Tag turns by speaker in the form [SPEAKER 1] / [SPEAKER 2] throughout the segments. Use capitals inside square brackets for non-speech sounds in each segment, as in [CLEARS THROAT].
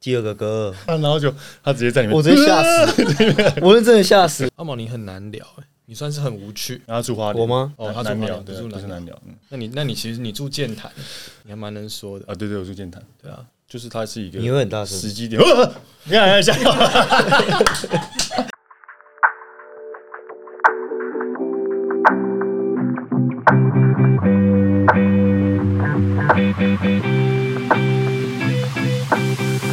[SPEAKER 1] 基尔哥哥，
[SPEAKER 2] 啊然后就他直接在里面，
[SPEAKER 1] 我直接吓死，我是真的吓死。
[SPEAKER 3] 阿毛你很难聊、欸，你算是很无趣。
[SPEAKER 2] [LAUGHS] 然后住花莲
[SPEAKER 1] 我？吗？
[SPEAKER 3] 哦，他
[SPEAKER 2] 难
[SPEAKER 3] 住
[SPEAKER 2] 难
[SPEAKER 3] 花
[SPEAKER 2] 聊，
[SPEAKER 3] 莲，
[SPEAKER 2] 对，
[SPEAKER 3] 住
[SPEAKER 2] 不是
[SPEAKER 3] 南
[SPEAKER 2] 难
[SPEAKER 3] 寮。
[SPEAKER 2] 聊。嗯
[SPEAKER 3] 那你那你其实你住剑潭，你还蛮能说的，
[SPEAKER 2] 啊，对对，我住健谈，
[SPEAKER 3] 对啊。
[SPEAKER 2] 就是它是一个
[SPEAKER 1] 你会很大声
[SPEAKER 2] 时机点。呃你看，吓到了。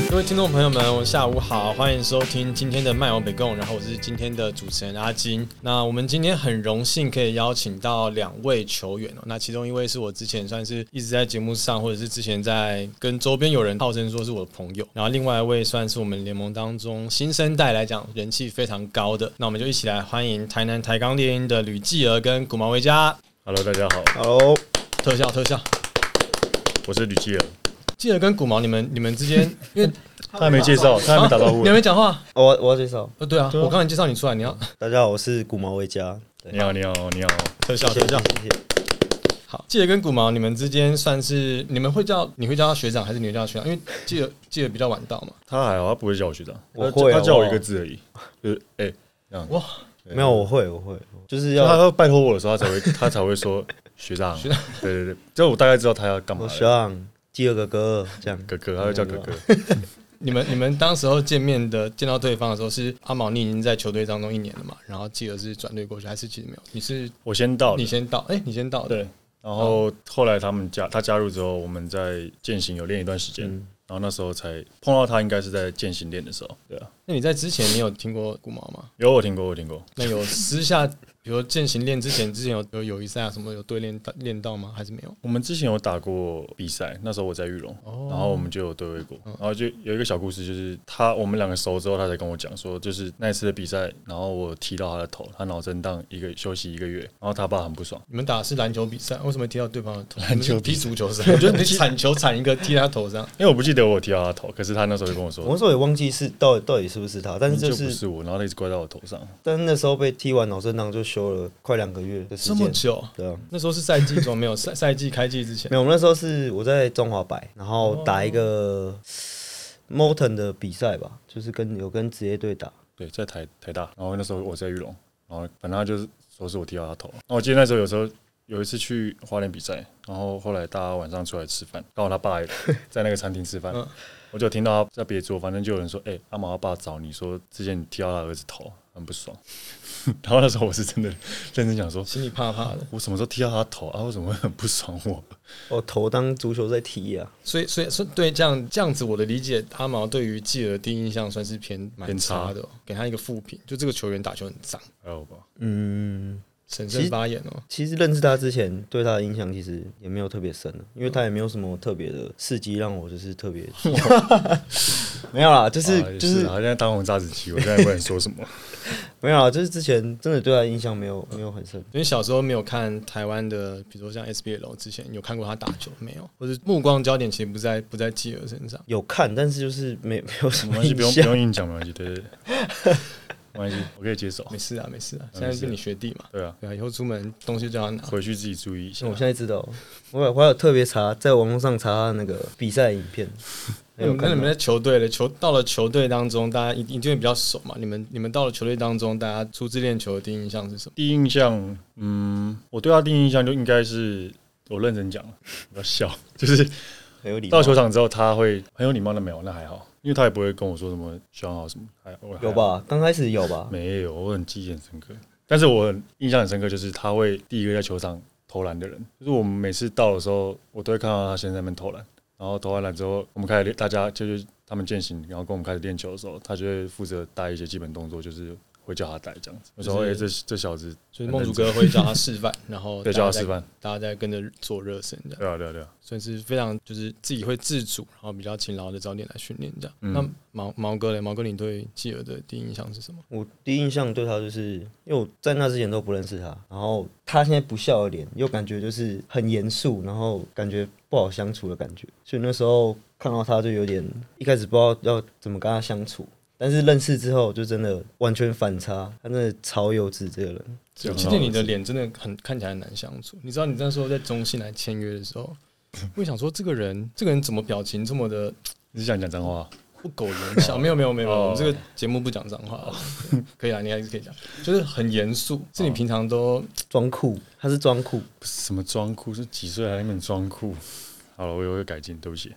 [SPEAKER 3] 各位听众朋友们，我下午好，欢迎收听今天的漫游北贡，然后我是今天的主持人阿金。那我们今天很荣幸可以邀请到两位球员哦，那其中一位是我之前算是一直在节目上，或者是之前在跟周边有人号称说是我的朋友，然后另外一位算是我们联盟当中新生代来讲人气非常高的，那我们就一起来欢迎台南台钢猎鹰的吕继儿跟古毛维嘉，
[SPEAKER 2] Hello，大家好，
[SPEAKER 1] ？Hello，
[SPEAKER 3] 特效特效。
[SPEAKER 2] 我是吕基尔。
[SPEAKER 3] 继儿跟古毛，你们你们之间，因为
[SPEAKER 2] 他还没介绍， [LAUGHS] 他还没打招呼
[SPEAKER 3] 你还。没讲话，
[SPEAKER 1] 哦我我要介绍，
[SPEAKER 3] 呃，对啊，
[SPEAKER 2] 啊
[SPEAKER 3] 我刚才介绍你出来，你要
[SPEAKER 1] 大家好，我是古毛维嘉。对
[SPEAKER 2] 你好，你好，你好。
[SPEAKER 3] 特效
[SPEAKER 1] 谢谢
[SPEAKER 3] 特效。
[SPEAKER 1] 谢谢。
[SPEAKER 3] 好，记得跟古毛你们之间算是你们会叫你会叫他学长还是你会叫他学长？因为记得记得比较晚到嘛。
[SPEAKER 2] 他还好，他不会叫我学长，
[SPEAKER 1] 我
[SPEAKER 2] 他
[SPEAKER 1] 会啊
[SPEAKER 2] 他叫
[SPEAKER 1] 我
[SPEAKER 2] 我一个字而已，就是哎，
[SPEAKER 3] 哇，
[SPEAKER 2] 对
[SPEAKER 1] 没有，我会，我会，就是
[SPEAKER 2] 就他
[SPEAKER 1] 要
[SPEAKER 2] 要拜托我的时候，他才会 [LAUGHS] 他才会说学长。
[SPEAKER 3] 学
[SPEAKER 2] 对对对，这我大概知道他要干嘛
[SPEAKER 1] 我
[SPEAKER 2] 了。
[SPEAKER 1] 希望基尔哥哥这样。
[SPEAKER 2] 哥哥，他会叫哥哥。
[SPEAKER 3] 你们你们当时候见面的见到对方的时候是阿毛，你已经在球队当中一年了嘛？然后记得是转队过去还是其实没有？你是
[SPEAKER 2] 我先到了
[SPEAKER 3] 你，先到，哎、你先到的。
[SPEAKER 2] 对，然后后来他们加他加入之后，我们在践行有练一段时间，然后那时候才碰到他，应该是在践行练的时候。对啊，
[SPEAKER 3] 那你在之前你有听过古毛吗？
[SPEAKER 2] 有我听过，我听过。
[SPEAKER 3] 那有私下，比如践行练之前，之前有有友谊赛啊什么有对练到练到吗？还是没有？
[SPEAKER 2] 我们之前有打过比赛，那时候我在玉龙，
[SPEAKER 3] 哦
[SPEAKER 2] 然后我们就有对位过，然后就有一个小故事，就是他我们两个熟之后，他才跟我讲说，就是那一次的比赛，然后我踢到他的头，他脑震荡一个休息一个月，然后他爸很不爽，
[SPEAKER 3] 你们打的是篮球比赛，为什么踢到对方的头？
[SPEAKER 2] 篮球
[SPEAKER 3] 你们踢足球赛，我觉得你铲球铲一个踢他头上，
[SPEAKER 2] 因为我不记得我有踢到他的头，可是他那时候就跟我
[SPEAKER 1] 我那
[SPEAKER 2] 说，
[SPEAKER 1] 时候也忘记是到底到底是不是他，但是
[SPEAKER 2] 就
[SPEAKER 1] 就
[SPEAKER 2] 不
[SPEAKER 1] 是，
[SPEAKER 2] 是我，然后他一直怪到我头上，
[SPEAKER 1] 但是那时候被踢完脑震荡就休了快两个月的时
[SPEAKER 3] 这么
[SPEAKER 1] 间。
[SPEAKER 3] 久。
[SPEAKER 1] 对啊，
[SPEAKER 3] 那时候是赛季中没有赛赛季开季之前
[SPEAKER 1] 没，有，我那时候是我在中华白，然后打一个 Morton 的比赛吧，就是跟有跟职业队打，
[SPEAKER 2] 对，在台台大，然后那时候我在玉龙，然后反正他就是说是我踢到他头。然后我记得那时候有时候有一次去花莲比赛，然后后来大家晚上出来吃饭，刚好
[SPEAKER 1] [LAUGHS]
[SPEAKER 2] 他爸也在那个餐厅吃饭，
[SPEAKER 3] 嗯
[SPEAKER 2] 我就听到他在别桌，反正就有人说：“哎、阿毛他爸找你说之前你踢到他儿子头，很不爽。” [LAUGHS] 然后那时候我是真的认真想说，
[SPEAKER 3] 心里怕怕的。
[SPEAKER 2] 我什么时候踢到他头啊？为什么会很不爽我？
[SPEAKER 1] 哦，头当足球在踢啊，
[SPEAKER 3] 所以，所以，所以对这样这样子，我的理解，阿毛对于季儿第一印象算是偏蛮
[SPEAKER 2] 偏差
[SPEAKER 3] 差的哦、给他一个负评，就这个球员打球很脏，
[SPEAKER 2] 还有吧，
[SPEAKER 1] 嗯。
[SPEAKER 3] 神圣发言哦。
[SPEAKER 1] 其实认识他之前，对他的印象其实也没有特别深的，因为他也没有什么特别的事迹让我就是特别， [LAUGHS] 没有啦， [LAUGHS] 就是
[SPEAKER 2] 啊也
[SPEAKER 1] 就是是
[SPEAKER 2] 啊，现在当红炸子鸡，我现在也不能说什
[SPEAKER 1] [LAUGHS]
[SPEAKER 2] 么。
[SPEAKER 1] 没有啦，就是之前真的对他的印象没有没有很深，
[SPEAKER 3] 因为小时候没有看台湾的，比如说像 SBL 之前有看过他打球没有？或者目光焦点其实不在不在季儿身上。
[SPEAKER 1] 有看，但是就是没没有什
[SPEAKER 2] 没
[SPEAKER 1] 么
[SPEAKER 2] 关系，不
[SPEAKER 1] 印
[SPEAKER 2] 用不
[SPEAKER 1] 象。
[SPEAKER 2] 用硬讲，没关系，对对对，没关系，我可以
[SPEAKER 1] [LAUGHS]
[SPEAKER 2] 接受
[SPEAKER 3] 没。事啊，没事啊，
[SPEAKER 2] 嗯
[SPEAKER 3] 现在
[SPEAKER 2] 没事
[SPEAKER 3] 是你学弟嘛，
[SPEAKER 2] 对啊，
[SPEAKER 3] 对啊，以后出门东西就要拿。
[SPEAKER 2] 回去自己注意一下
[SPEAKER 1] 我。现在知道，我有我还有特别查，在网络上查他那个比赛影
[SPEAKER 2] [LAUGHS]
[SPEAKER 1] 片，
[SPEAKER 3] 那
[SPEAKER 1] 还
[SPEAKER 2] 嗯
[SPEAKER 3] 你
[SPEAKER 1] 有
[SPEAKER 3] 们那哎你
[SPEAKER 1] 看
[SPEAKER 3] 们
[SPEAKER 1] 到。
[SPEAKER 3] 在球队的球到了球队当中，大家一定一定会比较熟嘛？你们你们到了球队当中，大家初次练球的第一印象是什么？
[SPEAKER 2] 第一印象，嗯，我对他第一印象就应该是我认真讲，不要笑， [LAUGHS] 就是
[SPEAKER 1] 很有礼貌
[SPEAKER 2] 到球场之后他会很有礼貌的没有，那还好，因为他也不会跟我说什么学长好什么，还我还好
[SPEAKER 1] 有？吧？刚开始有吧？
[SPEAKER 2] 没有，我很记忆很深刻，但是我很印象很深刻，就是他会第一个在球场投篮的人，就是我们每次到的时候，我都会看到他先在那边投篮，然后投完篮之后，我们开始练，大家就是他们践行，然后跟我们开始练球的时候，他就会负责带一些基本动作，就是会叫他带这样子，我说哎、
[SPEAKER 3] 就是
[SPEAKER 2] 这这小子
[SPEAKER 3] 就是梦竹哥会叫他示范，然
[SPEAKER 2] [LAUGHS]
[SPEAKER 3] 后
[SPEAKER 2] 对
[SPEAKER 3] 大家
[SPEAKER 2] 叫他
[SPEAKER 3] 再
[SPEAKER 2] 示范，
[SPEAKER 3] 大家再跟着做热身，这样
[SPEAKER 2] 对啊，对啊，对啊。
[SPEAKER 3] 算是非常就是自己会自主，然后比较勤劳的早点来训练这样。
[SPEAKER 2] 嗯
[SPEAKER 3] 那毛毛哥嘞，毛哥你对继儿的第一印象是什么？
[SPEAKER 1] 我第一印象对他就是，因为我在那之前都不认识他，然后他现在不笑的脸，又感觉就是很严肃，然后感觉不好相处的感觉，所以那时候看到他就有点一开始不知道要怎么跟他相处，但是认识之后就真的完全反差，他真的超幼稚这个人，
[SPEAKER 2] 这
[SPEAKER 3] 我
[SPEAKER 2] 样
[SPEAKER 3] 记
[SPEAKER 2] 很
[SPEAKER 3] 得
[SPEAKER 2] 好
[SPEAKER 3] 你的脸真的很看起来很难相处。你知道你那时候在中信
[SPEAKER 2] [LAUGHS]
[SPEAKER 3] 来签约的时候，我也想说这个人这个人怎么表情这么的
[SPEAKER 2] 你是想讲脏话？
[SPEAKER 3] 不苟言笑。 [LAUGHS] 没有没有没有，没有
[SPEAKER 2] 哦
[SPEAKER 3] 我们这个节目不讲脏话， [LAUGHS] 可以啊，你还是可以讲，就是很严肃，是你平常都
[SPEAKER 1] 装酷，他是装酷，
[SPEAKER 2] 不是什么装酷，是几岁还在那边装酷？好了，我有会改进，对不起，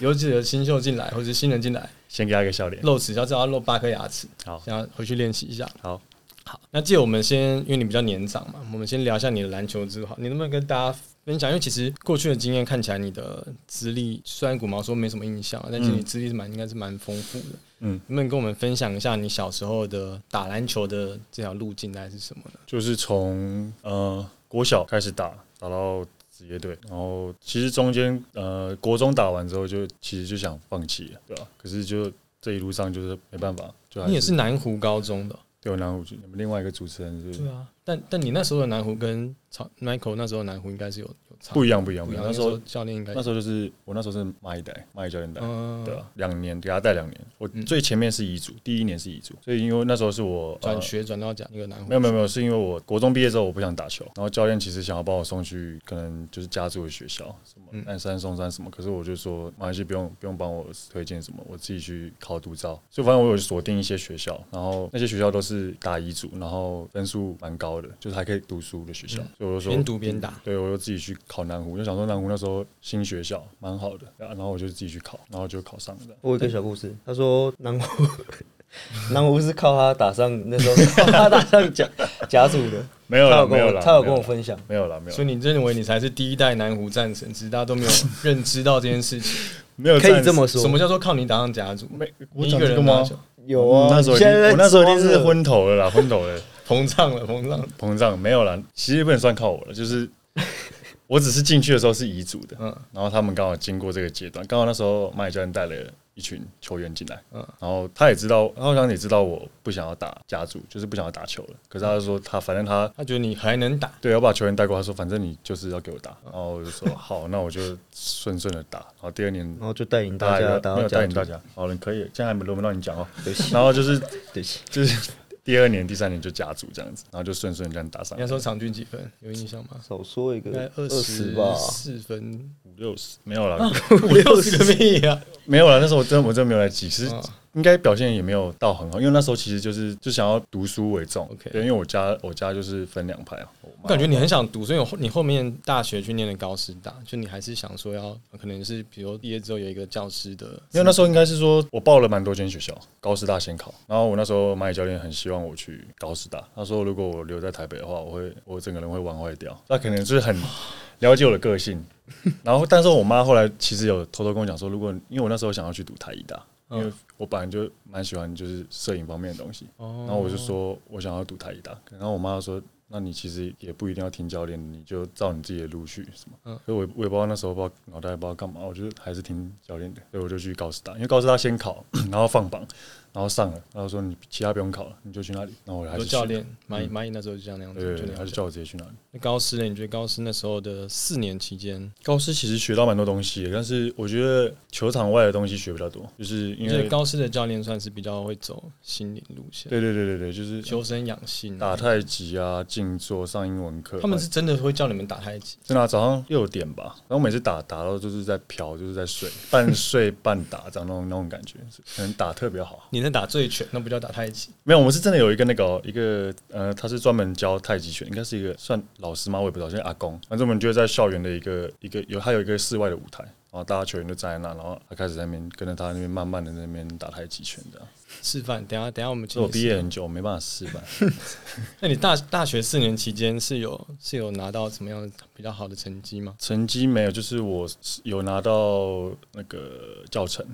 [SPEAKER 3] 尤其有新秀进来或者是新人进来
[SPEAKER 2] 先给他一个笑脸。
[SPEAKER 3] 露齿，要知道要露八颗牙齿，
[SPEAKER 2] 好，
[SPEAKER 3] 想要回去练习一下。
[SPEAKER 2] 好，
[SPEAKER 3] 好，那借我们先，因为你比较年长嘛，我们先聊一下你的篮球之路。好，你能不能跟大家分享？因为其实过去的经验看起来，你的资历虽然古毛说没什么印象啊，但是你资历是蛮应该是蛮丰富的。
[SPEAKER 2] 嗯，
[SPEAKER 3] 能不能跟我们分享一下你小时候的打篮球的这条路径大概是什么呢？
[SPEAKER 2] 就是从呃国小开始打，打到职业队，然后其实中间呃国中打完之后就其实就想放弃了，对吧、可是就这一路上就是没办法，啊就还
[SPEAKER 3] 你也是南湖高中的哦，
[SPEAKER 2] 对我南湖区，你们另外一个主持人是
[SPEAKER 3] 对啊，但但你那时候的南湖跟曹 Michael 那时候的南湖应该是有有差
[SPEAKER 2] 不一样，不一样，
[SPEAKER 3] 不
[SPEAKER 2] 不
[SPEAKER 3] 一
[SPEAKER 2] 一样。
[SPEAKER 3] 样那
[SPEAKER 2] 那时
[SPEAKER 3] 时候
[SPEAKER 2] 候
[SPEAKER 3] 教练应该
[SPEAKER 2] 那时候就是我那时候是蚂蚁带，蚂蚁教练带，
[SPEAKER 3] 嗯
[SPEAKER 2] 对啊，两年给他带两年，我
[SPEAKER 3] 嗯
[SPEAKER 2] 最前面是乙组，第一年是乙组，所以因为那时候是我
[SPEAKER 3] 转。
[SPEAKER 2] 呃
[SPEAKER 3] 学转到讲一个南湖
[SPEAKER 2] 没有没有没有，是因为我国中毕业之后我不想打球，然后教练其实想要把我送去可能就是家住的学校，什么
[SPEAKER 3] 嗯
[SPEAKER 2] 南山松山什么，可是我就说马来西亚不用不用帮我推荐什么，我自己去考独招，所以反正我有锁定一些学校，然后那些学校都是打乙组，然后分数蛮高的，就是还可以读书的学校，所以我就说嗯
[SPEAKER 3] 嗯边读边打。
[SPEAKER 2] 对，我就自己去考南湖，就想说南湖那时候新学校蛮好的，啊然后我就自己去考，然后就考上了这样。
[SPEAKER 1] 我有一个小故事，他说南湖，南湖是靠他打上那时候是靠他打上甲甲组的，
[SPEAKER 2] 没有
[SPEAKER 1] 他
[SPEAKER 2] 了，
[SPEAKER 1] 有
[SPEAKER 2] 没
[SPEAKER 1] 跟
[SPEAKER 2] 有
[SPEAKER 1] 我
[SPEAKER 2] 了，
[SPEAKER 1] 他有跟
[SPEAKER 2] 没
[SPEAKER 1] 我
[SPEAKER 2] 啦
[SPEAKER 1] 分享，
[SPEAKER 2] 没有了，没有
[SPEAKER 3] 所
[SPEAKER 2] 啦，
[SPEAKER 3] 以你认为你才是第一代南湖战神，只是大家都没
[SPEAKER 2] [LAUGHS]
[SPEAKER 3] 有认知到这件事情。
[SPEAKER 2] 没有
[SPEAKER 1] 可以
[SPEAKER 2] 战
[SPEAKER 1] 这么
[SPEAKER 2] 士
[SPEAKER 1] 说，
[SPEAKER 3] 什么叫做靠你打上甲组？
[SPEAKER 2] 没，我
[SPEAKER 3] 你一
[SPEAKER 2] 讲
[SPEAKER 3] 个
[SPEAKER 2] 这个
[SPEAKER 3] 人打
[SPEAKER 2] 吗？
[SPEAKER 3] 球，
[SPEAKER 1] 有啊
[SPEAKER 2] 嗯？那时候已经
[SPEAKER 1] 现在
[SPEAKER 2] 我那时候已经是
[SPEAKER 1] 装了
[SPEAKER 2] 昏头了啦，昏头了， [LAUGHS]
[SPEAKER 3] 膨胀了，膨胀了。
[SPEAKER 2] 膨胀没有啦，其实不能算靠我了，就是
[SPEAKER 3] [LAUGHS]
[SPEAKER 2] 我只是进去的时候是乙组的，
[SPEAKER 3] 嗯
[SPEAKER 2] 然后他们刚好经过这个阶段，刚好那时候马里教练带了一群球员进来，
[SPEAKER 3] 嗯
[SPEAKER 2] 然后他也知道，他好像也知道我不想要打甲组，就是不想要打球了，可是他就说他反正他
[SPEAKER 3] 他觉得你还能打，
[SPEAKER 2] 对，我把球员带过，他说反正你就是要给我打，然后我就
[SPEAKER 3] [LAUGHS]
[SPEAKER 2] 说好，那我就顺顺的打。然后第二年
[SPEAKER 1] 然后就带领大家打
[SPEAKER 2] 没
[SPEAKER 1] 到
[SPEAKER 2] 有
[SPEAKER 1] 甲
[SPEAKER 2] 带嗯领大
[SPEAKER 1] 组，
[SPEAKER 2] 家，好了，你可以，现在还没轮不到你讲哦。
[SPEAKER 1] 对不起，
[SPEAKER 2] 然后就是
[SPEAKER 1] [LAUGHS] 对不起，
[SPEAKER 2] 就是第二年、第三年就甲组这样子，然后就顺顺这样打上
[SPEAKER 3] 你那时候场均几分？有印象吗？
[SPEAKER 1] 少说一
[SPEAKER 2] 呃
[SPEAKER 3] 大概
[SPEAKER 1] 个
[SPEAKER 3] 二
[SPEAKER 1] 十吧，
[SPEAKER 3] 四分，
[SPEAKER 2] [LAUGHS] 五六十，没有了，
[SPEAKER 3] 五六十个啊屁呀！
[SPEAKER 2] [LAUGHS] 没有了。那时候我真的我真的没有来挤，其实
[SPEAKER 1] 哦
[SPEAKER 3] 嗯
[SPEAKER 2] 应该表现也没有到很好，因为那时候其实就是就想要读书为重。
[SPEAKER 3] OK
[SPEAKER 2] 对，因为我家我家就是分两派啊，
[SPEAKER 1] 哦
[SPEAKER 3] 我感觉你很想读，所以我后你后面大学去念的高师大，就你还是想说要，可能是比如毕业之后有一个教师的，
[SPEAKER 2] 因为那时候应该是说我报了蛮多间学校，高师大先考，然后我那时候蚂蚁教练很希望我去高师大，他说如果我留在台北的话，我会我整个人会玩坏掉，那可能就是很了解我的个性。然后，但是我妈后来其实有偷偷跟我讲说，如果因为我那时候想要去读台艺大，
[SPEAKER 3] 嗯
[SPEAKER 2] 因为我本来就蛮喜欢就是摄影方面的东西，
[SPEAKER 3] 然
[SPEAKER 2] 然后我就说我想要读台艺大，然后我妈说。那你其实也不一定要听教练，你就照你自己的路去什么。
[SPEAKER 3] 嗯
[SPEAKER 2] 所以我也我也不知道那时候不知道脑袋不知道干嘛，我就还是听教练的，所以我就去高师大，因为高师大先考， [CLEARS THROAT] 然后放榜，然后上了，然后说你其他不用考了，你就去那里。然后我还
[SPEAKER 3] 有
[SPEAKER 2] 是
[SPEAKER 3] 教练
[SPEAKER 2] 去，
[SPEAKER 3] 蚂蚁蚂蚁那时候就这样那样
[SPEAKER 2] 了，
[SPEAKER 3] 子，
[SPEAKER 2] 对对
[SPEAKER 3] 就
[SPEAKER 2] 对，
[SPEAKER 3] 那
[SPEAKER 2] 他
[SPEAKER 3] 样
[SPEAKER 2] 就叫我直接去那里。
[SPEAKER 3] 那高师呢？你觉得高师那时候的四年期间，
[SPEAKER 2] 高师其实学到蛮多东西，但是我觉得球场外的东西学比较多，就是因
[SPEAKER 3] 因为
[SPEAKER 2] 为
[SPEAKER 3] 高师的教练算是比较会走心灵路线，
[SPEAKER 2] 对对对对对，就是
[SPEAKER 3] 修身养性、
[SPEAKER 2] 打。太极啊、静坐、上英文课，
[SPEAKER 3] 他们是真的会叫你们打太极，
[SPEAKER 2] 真的啊、早上六点吧，然后每次打打到就是在飘，就是在睡，半睡半打这样那种那种感觉，可能打特别好。
[SPEAKER 3] 你在打醉拳，那不叫打太极。
[SPEAKER 2] 没有，我们是真的有一个那个哦、一个呃，他是专门教太极拳，应该是一个算老师吗？我也不知道，就是阿公。反正我们就在校园的一个一个有，他有一个室外的舞台，然后大家球员就站在那，然后他开始在那边跟着他那边慢慢的那边打太极拳这样。
[SPEAKER 3] 示范，等一下等一下我们
[SPEAKER 2] 所以
[SPEAKER 3] 请你
[SPEAKER 2] 我毕业
[SPEAKER 3] 示
[SPEAKER 2] 很久，我没办法示
[SPEAKER 3] [LAUGHS]
[SPEAKER 2] 范。
[SPEAKER 3] 范。那你大大学四年期间是有是有拿到什么样的比较好的成绩吗？
[SPEAKER 2] 成绩没有，就是我有拿到那个教程，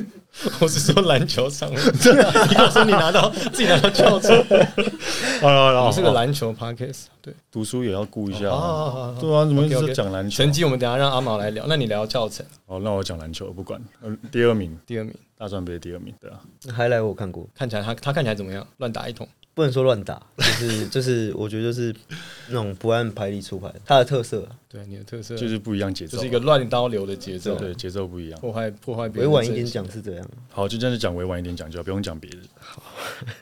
[SPEAKER 3] [LAUGHS] 我是说篮球上
[SPEAKER 2] [LAUGHS]
[SPEAKER 3] 面，你告诉你拿到自己拿到教程，
[SPEAKER 2] 好了好了
[SPEAKER 3] 我是个篮球
[SPEAKER 2] 哦
[SPEAKER 3] podcast，对，
[SPEAKER 2] 读书也要顾一下
[SPEAKER 3] 好
[SPEAKER 2] 啊。
[SPEAKER 3] 好好好。
[SPEAKER 2] 对啊，怎么一直在
[SPEAKER 3] OK，OK
[SPEAKER 2] 讲篮球？
[SPEAKER 3] 成绩我们等一下让阿毛来聊，那你聊教程
[SPEAKER 2] 哦，那我讲篮球，我不管。呃，第二名，
[SPEAKER 3] 第二名，
[SPEAKER 2] 大专杯第二名，对啊，
[SPEAKER 1] 还来我看过，
[SPEAKER 3] 看起来他他看起来怎么样？乱打一通，
[SPEAKER 1] 不 [LAUGHS] 能说乱打，就是就是我觉得就是那种不按牌理出牌，他的特色啊，
[SPEAKER 3] 对，你的特色
[SPEAKER 2] 就是不一样节奏啊，
[SPEAKER 3] 就是一个乱刀流的节奏，
[SPEAKER 2] 对节奏不一样。
[SPEAKER 3] 破坏破坏别
[SPEAKER 1] 委
[SPEAKER 3] 人
[SPEAKER 1] 婉一
[SPEAKER 3] 阵
[SPEAKER 1] 点
[SPEAKER 3] 型
[SPEAKER 1] 讲是这样。
[SPEAKER 2] 好，就这样子讲委婉一点讲就好，不用讲别的。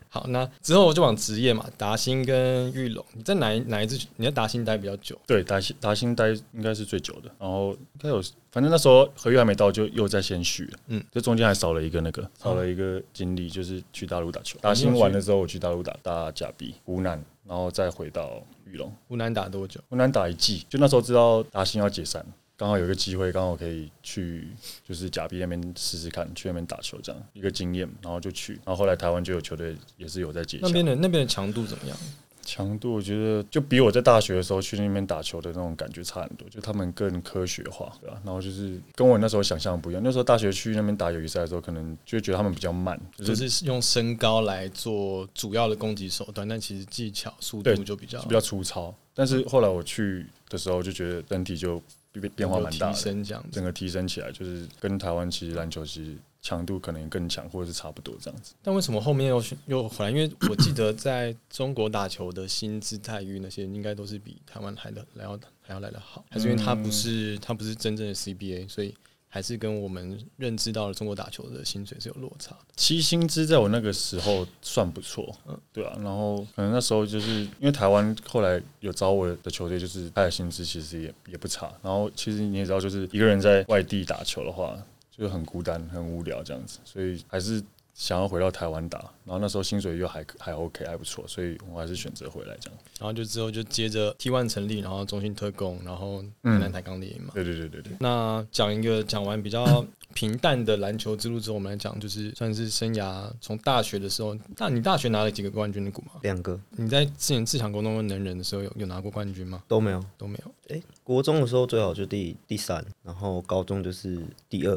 [SPEAKER 3] 好，那之后就往职业嘛，达兴跟玉龙，你在哪一哪一支？你在达兴待比较久？
[SPEAKER 2] 对，达兴达兴待应该是最久的，然后应该有，反正那时候合约还没到，就又在先续了。
[SPEAKER 3] 嗯
[SPEAKER 2] 嗯，这中间还少了一个那个，少了一个经历，就是去大陆打球。达兴完的时候，我去大陆打打假币、湖南，然后再回到玉龙。
[SPEAKER 3] 湖南打多久？
[SPEAKER 2] 湖南打一季，就那时候知道达兴要解散，刚好有一个机会，刚好可以去就是假币那边试试看，去那边打球这样一个经验，然后就去，然后后来台湾就有球队也是有在解
[SPEAKER 3] 那
[SPEAKER 2] 散。
[SPEAKER 3] 边的那边的强度怎么样？
[SPEAKER 2] 强度，我觉得就比我在大学的时候去那边打球的那种感觉差很多，就他们更科学化，对吧、然后就是跟我那时候想象不一样。那时候大学去那边打友谊赛的时候，可能就觉得他们比较慢，
[SPEAKER 3] 就
[SPEAKER 2] 就是
[SPEAKER 3] 是用身高来做主要的攻击手段，但其实技巧、速度
[SPEAKER 2] 对
[SPEAKER 3] 就比较
[SPEAKER 2] 比较粗糙。但是后来我去的时候，就觉得整体就变变化
[SPEAKER 3] 有
[SPEAKER 2] 蛮大
[SPEAKER 3] 提
[SPEAKER 2] 的，
[SPEAKER 3] 升这样子
[SPEAKER 2] 整。个提升起来，就是跟台湾其实篮球其实强度可能更强，或者是差不多这样子。
[SPEAKER 3] 但为什么后面又去又回来？因为我记得在中国打球的薪资待遇那些，应该都是比台湾来的来要还要来的好，还是因为它不是它不是真正的 CBA，所以还是跟我们认知到的中国打球的薪水是有落差的。
[SPEAKER 2] 其实薪资在我那个时候算不错
[SPEAKER 3] 嗯，
[SPEAKER 2] 对啊，然后可能那时候就是因为台湾后来有找我的球队，就是他的薪资其实也也不差。然后其实你也知道，就是一个人在外地打球的话，就是很孤单、很无聊这样子，所以还是想要回到台湾打。然后那时候薪水又还还 OK，还不错，所以我还是选择回来这样。
[SPEAKER 3] 然后就之后就接着 T1 成立，然后中信特工，然后台南
[SPEAKER 2] 嗯
[SPEAKER 3] 台钢猎鹰嘛。
[SPEAKER 2] 对对对对对，
[SPEAKER 3] 那讲一个讲完比较平淡的篮球之路之后，我们来讲就是算是生涯从大学的时候，那你大学拿了几个冠军的股吗？
[SPEAKER 1] 两个
[SPEAKER 3] 你在之前自强国中跟能人的时候有有拿过冠军吗？
[SPEAKER 1] 都没有。
[SPEAKER 3] 都没有。
[SPEAKER 1] 哎、国中的时候最好就第第三，然后高中就是第 [LAUGHS] 二，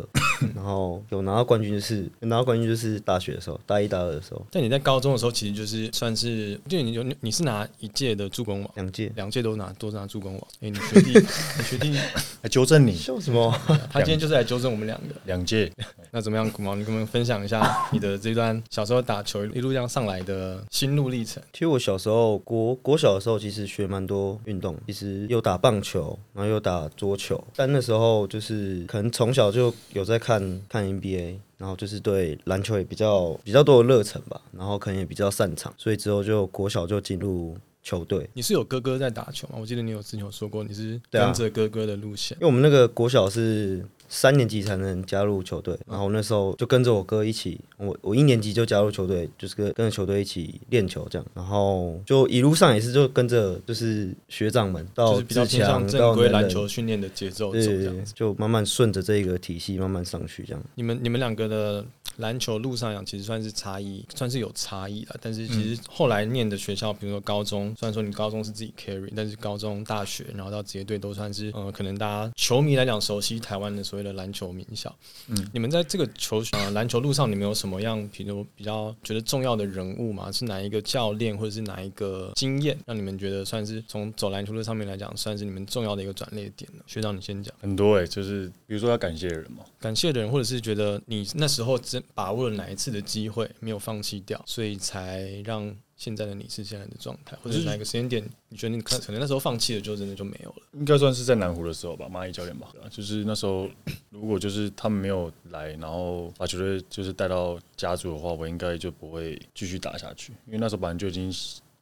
[SPEAKER 1] 然后有拿到冠军就是有拿到冠军就是大学的时候，大一大二的时候
[SPEAKER 3] 但你在高中的时候，其实就是算是，就你有你你是拿一届的助攻王，
[SPEAKER 1] 两届。
[SPEAKER 3] 两届都拿都是拿助攻王。哎、你
[SPEAKER 1] [LAUGHS]
[SPEAKER 3] 学弟，你学弟，呃
[SPEAKER 2] 来哎纠正你
[SPEAKER 1] 笑什么？
[SPEAKER 3] 他今天就是来纠正我们两个。
[SPEAKER 2] 两届，
[SPEAKER 3] 那怎么样，古毛？你跟我们分享一下你的这段小时候打球一路这样上来的心路历程。
[SPEAKER 1] 其实我小时候国国小的时候，其实学蛮多运动，其实又打棒球，然后又打桌球。但那时候就是可能从小就有在看看 NBA，然后就是对篮球也比较比较多的热忱吧，然后可能也比较擅长，所以之后就国小就进入球队。
[SPEAKER 3] 你是有哥哥在打球吗？我记得你有之前有说过，你是
[SPEAKER 1] 对啊
[SPEAKER 3] 跟着哥哥的路线
[SPEAKER 1] 因。为我们那个国小是三年级才能加入球队，然后那时候就跟着我哥一起，我我一年级就加入球队，就是跟跟着球队一起练球这样，然后就一路上也是就跟着就是学长们
[SPEAKER 3] 就
[SPEAKER 1] 到
[SPEAKER 3] 是比较
[SPEAKER 1] 哦自
[SPEAKER 3] 偏
[SPEAKER 1] 强
[SPEAKER 3] 向正
[SPEAKER 1] 到
[SPEAKER 3] 规
[SPEAKER 1] 能
[SPEAKER 3] 篮
[SPEAKER 1] 人
[SPEAKER 3] 球训练的节奏走这
[SPEAKER 1] 对
[SPEAKER 3] 样子。，
[SPEAKER 1] 就慢慢顺着这个体系慢慢上去这样。
[SPEAKER 3] 你们你们两个的篮球路上讲，其实算是差异，算是有差异了。但是其实后来念的学校，比如说高中，虽然说你高中是自己 carry，但是高中、大学，然后到职业队都算是，呃，可能大家球迷来讲熟悉台湾的所谓的篮球名校。嗯，你们在这个球呃篮球路上，你们有什么样，比如比较觉得重要的人物吗？是哪一个教练，或者是哪一个经验，让你们觉得算是从走篮球路上面来讲，算是你们重要的一个转捩点呢？学长，你先讲。
[SPEAKER 2] 很多哎、就是比如说要感谢人嘛，
[SPEAKER 3] 感谢的人，或者是觉得你那时候真把握了哪一次的机会，没有放弃掉，所以才让现在的你是现在的状态，或者是哪个时间点，你觉得你可可能那时候放弃了，就真的就没有了。
[SPEAKER 2] 应该算是在南湖的时候吧，蚂蚁教练吧，对啊就是那时候 [CLEARS THROAT] 如果就是他们没有来，然后把球队就是带到家族的话，我应该就不会继续打下去，因为那时候本来就已经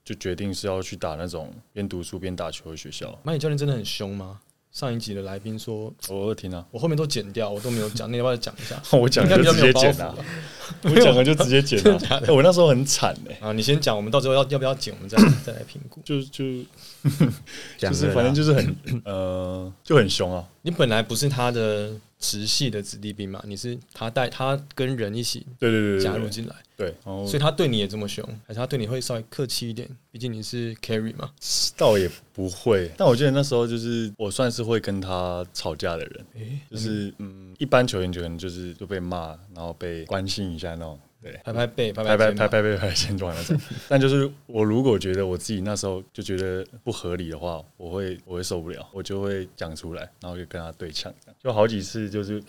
[SPEAKER 2] 就决定是要去打那种边读书边打球的学校。
[SPEAKER 3] 蚂蚁教练真的很凶吗？上一集的来宾说，
[SPEAKER 2] 我二听啊， [LAUGHS]
[SPEAKER 3] 我后面都剪掉，我都没有讲，那要不要讲一下？
[SPEAKER 2] 我讲
[SPEAKER 3] 应该
[SPEAKER 2] 了
[SPEAKER 3] 比
[SPEAKER 2] 就
[SPEAKER 3] 较
[SPEAKER 2] 直
[SPEAKER 3] 没
[SPEAKER 2] 接
[SPEAKER 3] 有包
[SPEAKER 2] 剪
[SPEAKER 3] 袱
[SPEAKER 2] 啊
[SPEAKER 3] 吧，
[SPEAKER 2] 我讲了就直接剪啊 [LAUGHS]
[SPEAKER 3] 真的假的
[SPEAKER 2] 哎我那时候很惨哎、
[SPEAKER 3] 啊！你先讲，我们到时候要要不要剪，我们再 [COUGHS] 再来评估。
[SPEAKER 2] 就就
[SPEAKER 1] 讲
[SPEAKER 2] 就是
[SPEAKER 1] 了
[SPEAKER 2] 反正
[SPEAKER 1] 啦
[SPEAKER 2] 就是很 [LAUGHS] 呃就很凶啊，
[SPEAKER 3] 你本来不是他的直系的子弟兵嘛，你是他带他跟人一起
[SPEAKER 2] 对对对对对
[SPEAKER 3] 加入进来，
[SPEAKER 2] 对，然后
[SPEAKER 3] 所以他对你也这么凶，还是他对你会稍微客气一点？毕竟你是 carry 嘛。
[SPEAKER 2] 倒也不会，但我记得那时候就是我算是会跟他吵架的人，
[SPEAKER 3] 诶
[SPEAKER 2] 就是嗯，一般球员可能就是就被骂，然后被关心一下那种，对，
[SPEAKER 3] 拍拍背，拍啊
[SPEAKER 2] 拍拍
[SPEAKER 3] 拍
[SPEAKER 2] 拍拍拍拍 [LAUGHS] 先转那种。
[SPEAKER 3] [LAUGHS]
[SPEAKER 2] 但就是我如果觉得我自己那时候就觉得不合理的话，我会我会受不了，我就会讲出来，然后就跟他对呛，这样就好几次就是。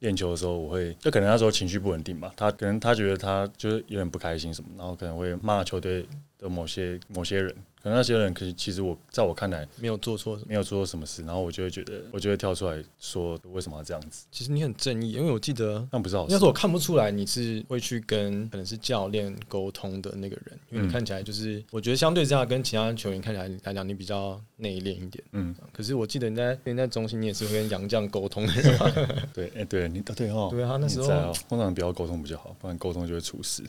[SPEAKER 2] 练球的时候，我会就可能那时候情绪不稳定吧，他可能他觉得他就是有点不开心什么，然后可能会骂球队的某些某些人，可能那些人可以，其实我在我看来
[SPEAKER 3] 没有做错什么。
[SPEAKER 2] 没有做错什么事，然后我就会觉得，我就会跳出来说为什么要这样子，
[SPEAKER 3] 其实你很正义，因为我记得
[SPEAKER 2] 那不是好
[SPEAKER 3] 应该
[SPEAKER 2] 事
[SPEAKER 3] 说，。我看不出来你是会去跟可能是教练沟通的那个人，因为
[SPEAKER 2] 嗯
[SPEAKER 3] 你看起来就是，我觉得相对之下跟其他球员看起来来讲，你比较内敛一点。
[SPEAKER 2] 嗯，
[SPEAKER 3] 可是我记得你在你在中心，你也是会跟杨绛沟通的是吧，
[SPEAKER 2] 对，哎、对你对哦，
[SPEAKER 3] 对啊那时候
[SPEAKER 2] 你在哦，通常不要沟通比较好，不然沟通就会出事，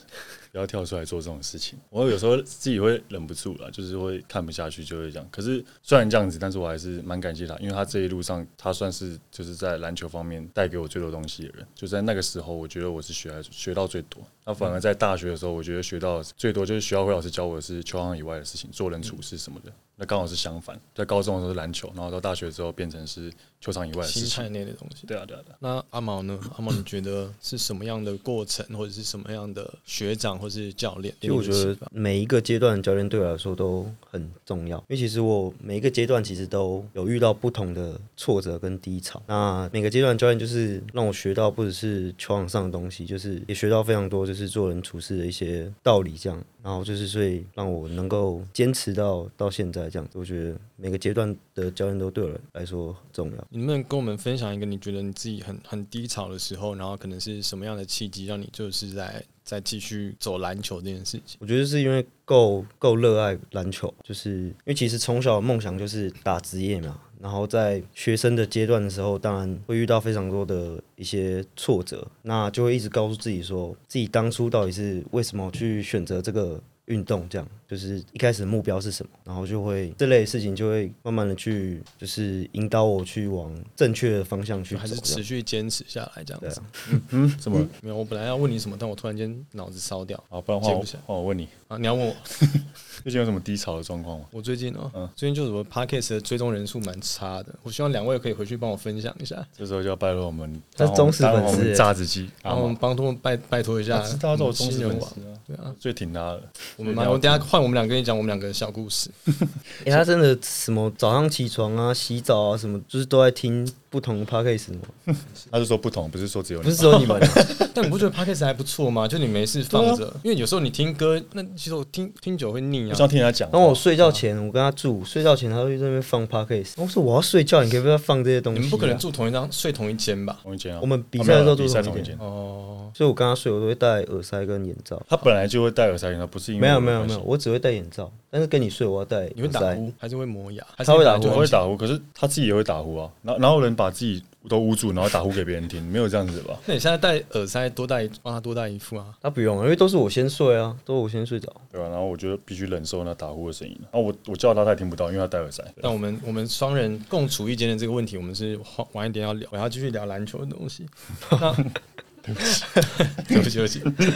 [SPEAKER 2] 不要跳出来做这种事情。我有时候自己会忍不住了，就是会看不下去，就会这样。可是虽然这样子，但是我还是蛮感谢他，因为他这一路上，他算是就是在篮球方面带给我最多东西的人。就在那个时候，我觉得我是学来学到最多。那反而在大学的时候，我觉得学到的最多就是学校会老师教我的是球场以外的事情，做人处事什么的。那刚好是相反，在高中的时候是篮球，然后到大学之后变成是球场以外的事
[SPEAKER 3] 心态
[SPEAKER 2] 情。
[SPEAKER 3] 内的东西。
[SPEAKER 2] 对啊，对啊，对啊。
[SPEAKER 3] 那阿毛呢？阿毛，你觉得是什么样的过程，或者是什么样的学长或是教练？
[SPEAKER 1] 其实我觉得每一个阶段的教练对我来说都很重要，因为其实我每一个阶段其实都有遇到不同的挫折跟低潮。那每个阶段的教练就是让我学到不只是球场上的东西，就是也学到非常多就是做人处事的一些道理，这样。然后就是所以让我能够坚持到到现在这样子。我觉得每个阶段的教练都对我来说很重要。
[SPEAKER 3] 你能不能跟我们分享一个你觉得你自己很很低潮的时候，然后可能是什么样的契机让你就是在再继续走篮球这件事情？
[SPEAKER 1] 我觉得是因为够够热爱篮球，就是因为其实从小的梦想就是打职业嘛。然后在学生的阶段的时候，当然会遇到非常多的一些挫折，那就会一直告诉自己说，自己当初到底是为什么去选择这个运动，这样就是一开始的目标是什么，然后就会这类的事情就会慢慢的去就是引导我去往正确的方向去
[SPEAKER 3] 就
[SPEAKER 1] 走
[SPEAKER 3] 还是
[SPEAKER 1] 这
[SPEAKER 3] 持
[SPEAKER 1] 样。
[SPEAKER 3] 续坚持下来这样
[SPEAKER 1] 对
[SPEAKER 3] 子
[SPEAKER 1] 啊？
[SPEAKER 2] 嗯，怎么？
[SPEAKER 3] 没有，我本来要问你什么，但我突然间脑子烧掉
[SPEAKER 2] 好，不然换
[SPEAKER 3] 接
[SPEAKER 2] 我
[SPEAKER 3] 不起来
[SPEAKER 2] 换我问你，
[SPEAKER 3] 啊！你要问我，
[SPEAKER 2] 最近有什么低潮的状况吗？
[SPEAKER 3] 我最近哦、
[SPEAKER 2] 嗯
[SPEAKER 3] 最近就是我 podcast 的追踪人数蛮差的，我希望两位可以回去帮我分享一下，
[SPEAKER 2] 这时候就要拜托我们，
[SPEAKER 1] 他是忠实粉丝
[SPEAKER 2] 当红
[SPEAKER 1] 耶啊
[SPEAKER 2] 榨汁机，
[SPEAKER 3] 然后我们帮他们拜拜托一下
[SPEAKER 2] 大啊知道这种忠
[SPEAKER 3] 新
[SPEAKER 2] 实
[SPEAKER 3] 人
[SPEAKER 2] 粉
[SPEAKER 3] 网。
[SPEAKER 2] 丝啊，
[SPEAKER 3] 对啊，
[SPEAKER 2] 最挺他的。
[SPEAKER 3] 我们蛮我等一下换我们两个人讲我们两个的小故事。
[SPEAKER 1] 哎、他真的什么早上起床啊、洗澡啊什么，就是都在听不同的 podcast 吗？
[SPEAKER 2] 他是说不同，不是说只有
[SPEAKER 1] 不
[SPEAKER 2] 你
[SPEAKER 1] 是。只有你们、啊。
[SPEAKER 3] 但你不觉得 podcast 还不错吗？就你没事放着，因为有时候你听歌，那其实我听听久会腻
[SPEAKER 2] 我
[SPEAKER 3] 啊
[SPEAKER 2] 想。听人家讲话，
[SPEAKER 1] 然后我睡觉前，我跟他住，睡觉前他会在那边放 podcast。我说我要睡觉，你可以不要放这些东西、啊
[SPEAKER 3] 你们不可能，住同一张睡同一间吧？
[SPEAKER 2] 同一间啊，
[SPEAKER 1] 我们比赛的时候
[SPEAKER 2] 哦没有比赛
[SPEAKER 1] 都同
[SPEAKER 2] 同
[SPEAKER 1] 一
[SPEAKER 2] 一
[SPEAKER 1] 间
[SPEAKER 2] 间。
[SPEAKER 3] 哦，
[SPEAKER 1] 所以我跟他睡，我都会戴耳塞跟眼罩。
[SPEAKER 2] 他本来就会戴耳塞，然后不是因为
[SPEAKER 1] 没有
[SPEAKER 2] 我的
[SPEAKER 1] 没有
[SPEAKER 2] 关
[SPEAKER 1] 没
[SPEAKER 2] 系
[SPEAKER 1] 有，，我只会戴眼罩，但是跟你睡我要戴
[SPEAKER 3] 你会
[SPEAKER 1] 耳
[SPEAKER 3] 打
[SPEAKER 1] 塞。
[SPEAKER 3] 呼还是会磨牙？还是
[SPEAKER 1] 他会打
[SPEAKER 3] 本来就
[SPEAKER 1] 呼
[SPEAKER 2] 我
[SPEAKER 3] 很
[SPEAKER 2] 会打呼，可是他自己也会打呼啊。然后然后有人把自己都捂住，然后打呼给别人听，没有这样子的吧？
[SPEAKER 3] 那你现在戴耳塞多戴一帮他多戴一副啊？
[SPEAKER 1] 他不用啊，因为都是我先睡啊，都是我先睡着。
[SPEAKER 2] 对吧、然后我就必须忍受那打呼的声音。然后我我叫他，他也听不到，因为他戴耳塞。
[SPEAKER 3] 那我们我们双人共处一间的这个问题，我们是晚晚一点要聊，我要继续聊篮球的东西。那 [LAUGHS] 对不起，对不起，对不起，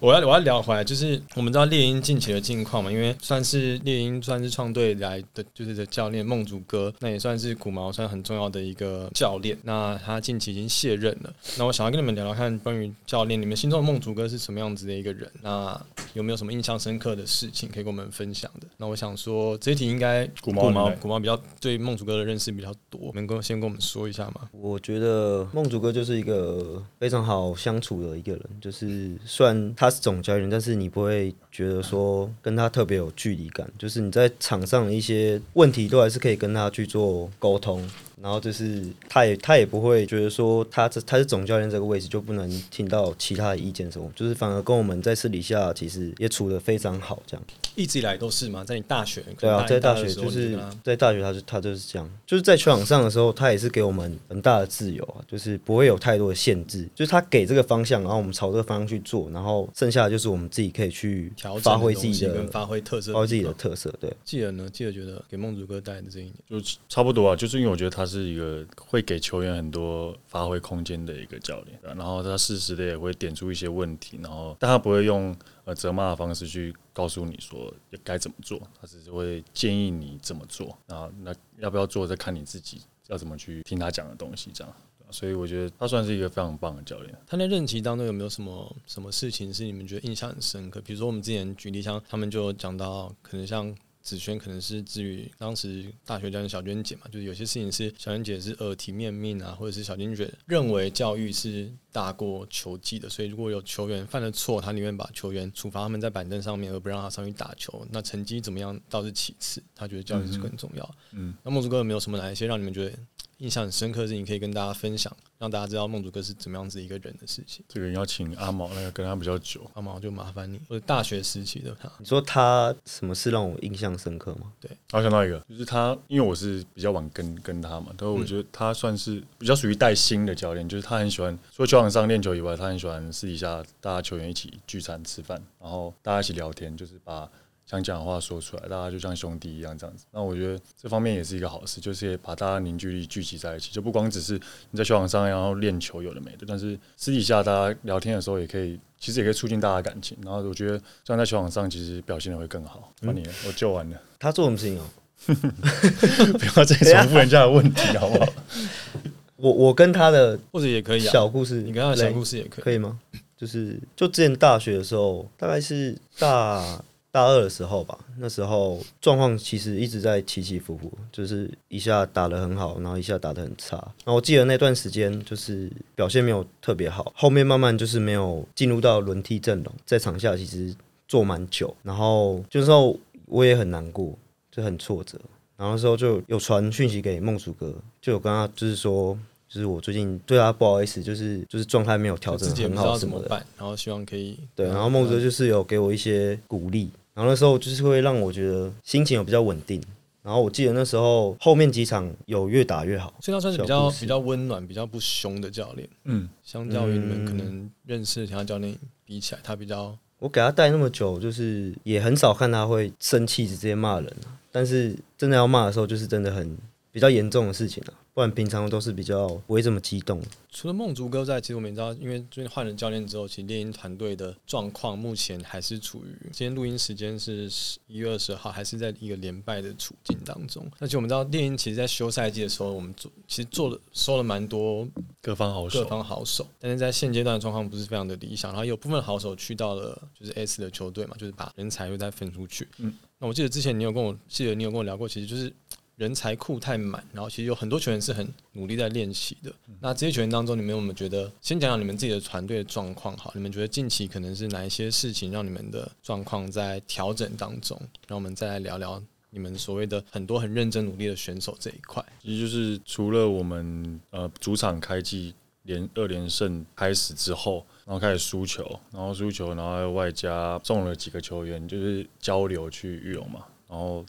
[SPEAKER 3] 我要我要聊回来，就是我们知道猎鹰近期的近况嘛，因为算是猎鹰算是创队来的，就是的教练梦竹哥，那也算是古毛算很重要的一个教练。那他近期已经卸任了，那我想要跟你们聊聊看关于教练，你们心中的梦竹哥是什么样子的一个人？那有没有什么印象深刻的事情可以跟我们分享的？那我想说这一题应该
[SPEAKER 2] 古毛
[SPEAKER 3] 古
[SPEAKER 2] 你
[SPEAKER 3] 毛
[SPEAKER 2] 来
[SPEAKER 3] 古毛比较对梦竹哥的认识比较多，能够先跟我们说一下吗？
[SPEAKER 1] 我觉得梦竹哥就是一个非常好相处的一个人，就是虽然他是总教练，但是你不会觉得说跟他特别有距离感，就是你在场上的一些问题都还是可以跟他去做沟通。然后就是他也他也不会觉得说他这他是总教练这个位置就不能听到其他的意见什么，就是反而跟我们在私底下其实也处得非常好这样。
[SPEAKER 3] 一直以来都是嘛，在你大学
[SPEAKER 1] 对啊，在大
[SPEAKER 3] 大
[SPEAKER 1] 学就
[SPEAKER 3] 你啊
[SPEAKER 1] 是
[SPEAKER 3] 跟他
[SPEAKER 1] 在大学，他就他就是这样，就是在球场上的时候，他也是给我们很大的自由啊，就是不会有太多的限制，就是他给这个方向，然后我们朝这个方向去做，然后剩下的就是我们自己可以去
[SPEAKER 3] 调整
[SPEAKER 1] 发挥自己
[SPEAKER 3] 的东西
[SPEAKER 1] 的
[SPEAKER 3] 跟发挥特色，
[SPEAKER 1] 发挥自己的。特色，对。
[SPEAKER 3] 记得呢，记得觉得给梦竹哥带的这一年，
[SPEAKER 2] 就差不多啊，就是因为我觉得他是一个会给球员很多发挥空间的一个教练，对啊然后他适时的也会点出一些问题，然后但他不会用呃责骂的方式去告诉你说该怎么做，他只是会建议你怎么做，然后那要不要做再看你自己要怎么去听他讲的东西这样。对啊所以我觉得他算是一个非常棒的教练。
[SPEAKER 3] 他在任期当中有没有什么什么事情是你们觉得印象很深刻？比如说我们之前举例，像他们就有讲到，可能像。子轩可能是至于当时大学教练小娟姐嘛，就是有些事情是小娟姐是耳提面命啊，或者是小娟姐认为教育是大过球技的，所以如果有球员犯了错，他宁愿把球员处罚他们在板凳上面，而不让他上去打球。那成绩怎么样倒是其次，他觉得教练是更重要。
[SPEAKER 2] 嗯，
[SPEAKER 3] 那梦竹哥有没有什么哪一些让你们觉得印象很深刻的事情可以跟大家分享，让大家知道梦竹哥是怎么样子一个人的事情？
[SPEAKER 2] 这个要请阿毛，那个跟他比较久，
[SPEAKER 3] 那么我就麻烦你，我大学时期的他，
[SPEAKER 1] 你说他什么事让我印象深刻吗？
[SPEAKER 2] 然后想到一个，就是他，因为我是比较晚跟跟他嘛，但是我觉得他算是比较属于带薪的教练，就是他很喜欢除了球场上练球以外，他很喜欢私底下大家球员一起聚餐吃饭，然后大家一起聊天，就是把想讲的话说出来，大家就像兄弟一样这样子。那我觉得这方面也是一个好事，就是也把大家凝聚力聚集在一起，就不光只是你在球场上然后练球有的没的，但是私底下大家聊天的时候也可以。其实也可以促进大家的感情，然后我觉得这样在球场上其实表现的会更好。那你呢，我救完了。
[SPEAKER 1] 他做什么事情哦？
[SPEAKER 2] 不要再重复人家的问题，好不好？
[SPEAKER 1] 我我跟他的
[SPEAKER 3] 或者也可以啊，
[SPEAKER 1] 小故事，
[SPEAKER 3] 你跟他的小故
[SPEAKER 1] 事
[SPEAKER 3] 事也可以。
[SPEAKER 1] 可以吗？就是就之前大学的时候，大概是大大二的时候吧，那时候状况其实一直在起起伏伏，就是一下打得很好，然后一下打得很差。然后我记得那段时间就是表现没有特别好，后面慢慢就是没有进入到轮替阵容，在场下其实坐蛮久，然后就是说我也很难过，就很挫折。然后那时候就有传讯息给梦鼠哥，就有跟他就是说，就是我最近对他不好意思，就是就是状态没有调
[SPEAKER 3] 就
[SPEAKER 1] 整
[SPEAKER 3] 自己也
[SPEAKER 1] 很
[SPEAKER 3] 不知道
[SPEAKER 1] 好什
[SPEAKER 3] 怎
[SPEAKER 1] 么
[SPEAKER 3] 么
[SPEAKER 1] 的。
[SPEAKER 3] 办，然后希望可以嗯
[SPEAKER 1] 对，然后梦哲就是有给我一些鼓励，然后那时候就是会让我觉得心情有比较稳定。然后我记得那时候后面几场有越打越好，
[SPEAKER 3] 所以他算是比
[SPEAKER 1] 小
[SPEAKER 3] 较
[SPEAKER 1] 故事
[SPEAKER 3] 比较温暖、比较不凶的教练，
[SPEAKER 2] 嗯，
[SPEAKER 3] 相较于你们
[SPEAKER 1] 嗯
[SPEAKER 3] 可能认识的其他教练比起来，他比较
[SPEAKER 1] 我给他带那么久，就是也很少看他会生气直接骂人啊但是真的要骂的时候，就是真的很比较严重的事情啊，不然平常都是比较不会这么激动。
[SPEAKER 3] 除了梦竹哥在，其实我们也知道，因为最近换了教练之后，其实猎鹰团队的状况目前还是处于今天录音时间是一月二十号，还是在一个连败的处境当中。而且我们知道，猎鹰其实在休赛季的时候，我们做其实做了收了蛮多
[SPEAKER 2] [LAUGHS] 各方好
[SPEAKER 3] 各
[SPEAKER 2] 手，
[SPEAKER 3] 方好手，但是在现阶段的状况不是非常的理想，然后有部分好手去到了就是 S 的球队嘛，就是把人才又再分出去。
[SPEAKER 2] 嗯
[SPEAKER 3] 那我记得之前你有跟我记得你有跟我聊过，其实就是人才库太满，然后其实有很多球员是很努力在练习的。
[SPEAKER 2] 嗯
[SPEAKER 3] 那这些球员当中，你们有没有觉得先讲讲你们自己的团队的状况好？你们觉得近期可能是哪一些事情让你们的状况在调整当中？让我们再来聊聊。你们所谓的很多很认真努力的选手这一块，
[SPEAKER 2] 其实就是除了我们呃主场开季连二连胜开始之后，然后开始输球，然后输球，然后还有外加中了几个球员，就是交流去育龙嘛，然后。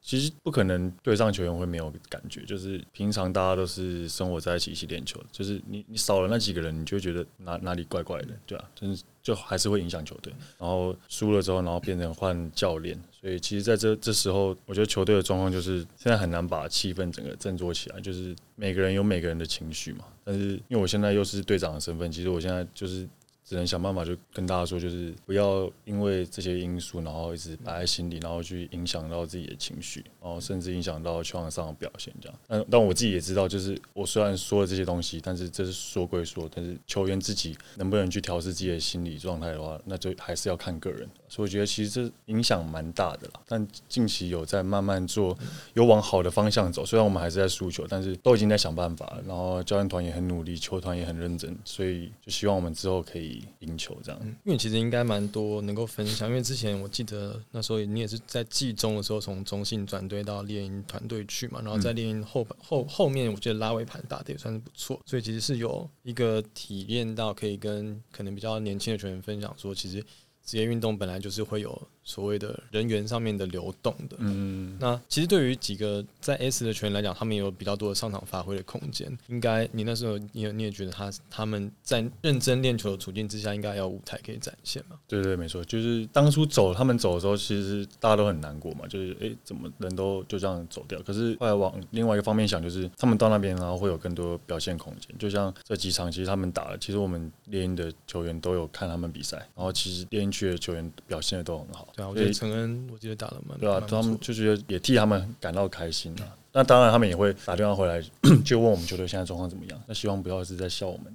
[SPEAKER 2] 其实不可能对上球员会没有感觉，就是平常大家都是生活在一起一起练球，就是你你少了那几个人，你就会觉得哪哪里怪怪的，对啊，就是就还是会影响球队。然后输了之后，然后变成换教练，所以其实在这这时候，我觉得球队的状况就是现在很难把气氛整个振作起来，就是每个人有每个人的情绪嘛。但是因为我现在又是队长的身份，其实我现在就是只能想办法就跟大家说，就是不要因为这些因素，然后一直摆在心里，然后去影响到自己的情绪，然后甚至影响到球场上的表现这样。但但我自己也知道，就是我虽然说了这些东西，但是这是说归说，但是球员自己能不能去调试自己的心理状态的话，那就还是要看个人。所以我觉得其实这影响蛮大的啦。但近期有在慢慢做，有往好的方向走。虽然我们还是在输球，但是都已经在想办法了。然后教练团也很努力，球团也很认真，所以就希望我们之后可以赢球这样。嗯
[SPEAKER 3] 因为其实应该蛮多能够分享，因为之前我记得那时候你也是在季中的时候从中信转队到猎鹰团队去嘛，然后在猎鹰后后后面我觉得拉尾盘打的也算是不错，所以其实是有一个体验到可以跟可能比较年轻的球员分享说，其实职业运动本来就是会有所谓的人员上面的流动的，
[SPEAKER 2] 嗯，
[SPEAKER 3] 那其实对于几个在 S 的球员来讲，他们也有比较多的上场发挥的空间。应该你那时候你也你也觉得他他们在认真练球的处境之下，应该还有舞台可以展现嘛？
[SPEAKER 2] 对对，没错，就是当初走他们走的时候，其实大家都很难过嘛，就是诶，怎么人都就这样走掉？可是后来往另外一个方面想，就是他们到那边，然后会有更多表现空间。就像这几场，其实他们打了，其实我们猎鹰的球员都有看他们比赛，然后其实猎鹰区的球员表现的都很好。
[SPEAKER 3] 对啊，我
[SPEAKER 2] 所
[SPEAKER 3] 觉
[SPEAKER 2] 以
[SPEAKER 3] 得陈恩我记得打了蛮
[SPEAKER 2] 对啊
[SPEAKER 3] 蛮，不
[SPEAKER 2] 他
[SPEAKER 3] 错
[SPEAKER 2] 们就觉得也替他们感到开心啊。那当然，他们也会打电话回来， [CLEARS THROAT] 就问我们球队现在状况怎么样。那希望不要是在笑我们。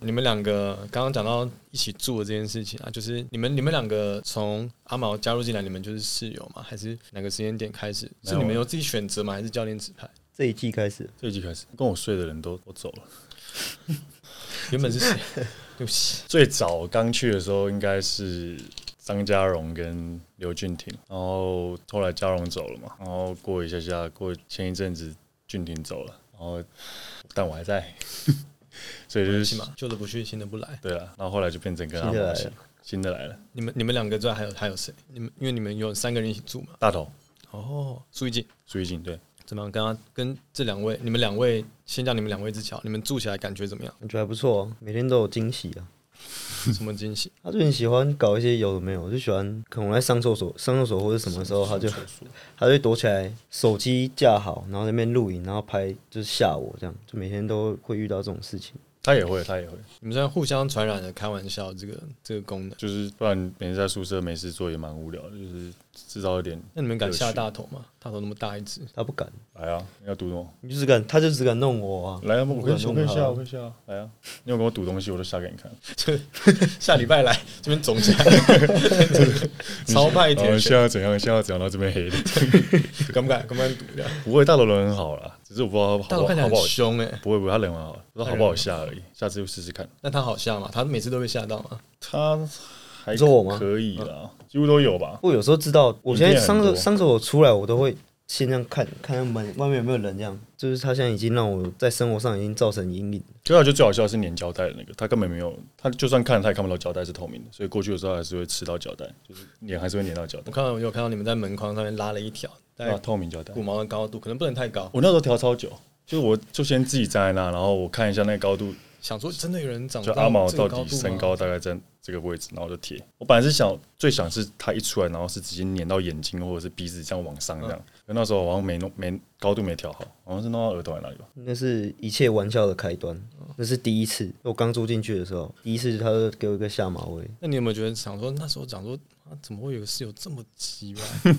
[SPEAKER 3] 你们两个刚刚讲到一起住的这件事情啊，就是你们你们两个从阿毛加入进来，你们就是室友吗？还是哪个时间点开始？
[SPEAKER 2] 没
[SPEAKER 3] 是
[SPEAKER 2] 有
[SPEAKER 3] 你们有自己选择吗？还是教练指派？
[SPEAKER 1] 这一季开始，
[SPEAKER 2] 这一集开始，跟我睡的人都都走了，
[SPEAKER 3] 原本是谁？对不起，
[SPEAKER 2] [LAUGHS] 最早刚去的时候应该是张家荣跟刘俊廷，然后后来家荣走了嘛，然后过一下下，过前一阵子俊廷走了，然后但我还在， [LAUGHS] 所以就是
[SPEAKER 3] 起码旧的不去，新的不来。
[SPEAKER 2] 对了，啊然后后来就变成跟阿
[SPEAKER 1] 新的来
[SPEAKER 2] 毛一起
[SPEAKER 1] 了？
[SPEAKER 2] 新的来了，
[SPEAKER 3] 你们你们两个之外还有还有谁？你们因为你们有三个人一起住嘛？
[SPEAKER 2] 大头
[SPEAKER 3] 哦，苏一静
[SPEAKER 2] 苏一静对，
[SPEAKER 3] 怎么样？跟他跟这两位，你们两位先叫你们两位之巧，你们住起来感觉怎么
[SPEAKER 2] [LAUGHS]
[SPEAKER 3] 样
[SPEAKER 1] 感觉还不错、啊，每天都有惊喜啊。
[SPEAKER 3] 什么惊喜？
[SPEAKER 1] 他就很喜欢搞一些有的没有，就喜欢可能我在上厕所、上厕所或者什么时候，他就 [LAUGHS] 他就会躲起来，手机架好，然后在那边录影，然后拍，就是吓我这样，就每天都会遇到这种事情。
[SPEAKER 2] 他也会他也会，
[SPEAKER 3] 你们在互相传染的开玩笑这个这个功能，
[SPEAKER 2] 就是不然每天在宿舍没事做也蛮无聊的，就是制造一点
[SPEAKER 3] 那你们敢
[SPEAKER 2] 有趣
[SPEAKER 3] 下大头吗？大头那么大一只， [LAUGHS]
[SPEAKER 1] 他不敢，
[SPEAKER 2] 来啊，你要赌什么？
[SPEAKER 1] 你就只敢，他就只敢弄我啊。
[SPEAKER 2] 来啊，我可以我可以
[SPEAKER 1] 不可能
[SPEAKER 2] 下，
[SPEAKER 1] 啊
[SPEAKER 2] 我可以下啊，来啊！你有跟我赌东西，我都下给你看。
[SPEAKER 3] 就下礼拜来 [LAUGHS] 这边总结，超派
[SPEAKER 2] 然后
[SPEAKER 3] 铁
[SPEAKER 2] 现
[SPEAKER 3] 拳，
[SPEAKER 2] 在怎样？现在怎样？然后这边
[SPEAKER 3] [LAUGHS]
[SPEAKER 2] 黑的，
[SPEAKER 3] 敢不敢？敢不敢赌这样？
[SPEAKER 2] 不会，大头人很好啦，只是我不知道
[SPEAKER 3] 大
[SPEAKER 2] 好不
[SPEAKER 3] 头看
[SPEAKER 2] 好好
[SPEAKER 3] 起来
[SPEAKER 2] 不
[SPEAKER 3] 很
[SPEAKER 2] 好。
[SPEAKER 3] 凶哎、欸，
[SPEAKER 2] 不会不会，他人很好，不知道好不好下而已，下次就试试看。
[SPEAKER 3] 那他好下吗？他每次都被吓到吗？
[SPEAKER 2] 他还
[SPEAKER 1] 你说我吗
[SPEAKER 2] 可以啦，几乎都有吧。
[SPEAKER 1] 我有时候知道，我现在上
[SPEAKER 2] 影片
[SPEAKER 1] 厕
[SPEAKER 2] 很多
[SPEAKER 1] 上厕所出来，我都会先这样看看看门外面有没有人，这样就是他现在已经让我在生活上已经造成阴影。
[SPEAKER 2] 就我觉得最好笑的是粘胶带的那个，他根本没有，他就算看了他也看不到胶带是透明的，所以过去的时候还是会吃到胶带，就是脸还是会粘到胶
[SPEAKER 3] 我
[SPEAKER 2] 带，
[SPEAKER 3] 看到我有看到你们在门框上面拉了一条，大
[SPEAKER 2] 对啊，
[SPEAKER 3] 概
[SPEAKER 2] 透明胶带
[SPEAKER 3] 骨。毛的高度，可能不能太高。
[SPEAKER 2] 我那时候调超久，就是我就先自己站在那，然后我看一下那个高度，
[SPEAKER 3] 想说真的有人长
[SPEAKER 2] 就
[SPEAKER 3] 到
[SPEAKER 2] 阿毛
[SPEAKER 3] 这个
[SPEAKER 2] 到
[SPEAKER 3] 哦高
[SPEAKER 2] 底
[SPEAKER 3] 度吗
[SPEAKER 2] 身高大概在这个位置，然后就贴。我本来是想最想是他一出来，然后是直接粘到眼睛或者是鼻子这样往上这样。
[SPEAKER 3] 嗯
[SPEAKER 2] 可那时候我好像没弄没高度没调好，好像是弄到耳朵还是哪里吧。
[SPEAKER 1] 那是一切玩笑的开端，那是第一次。我刚住进去的时候，第一次他就给我一个下马威，
[SPEAKER 3] 那你有没有觉得想说那时候讲说啊，怎么会有室友这么奇
[SPEAKER 2] [LAUGHS]
[SPEAKER 3] 怪，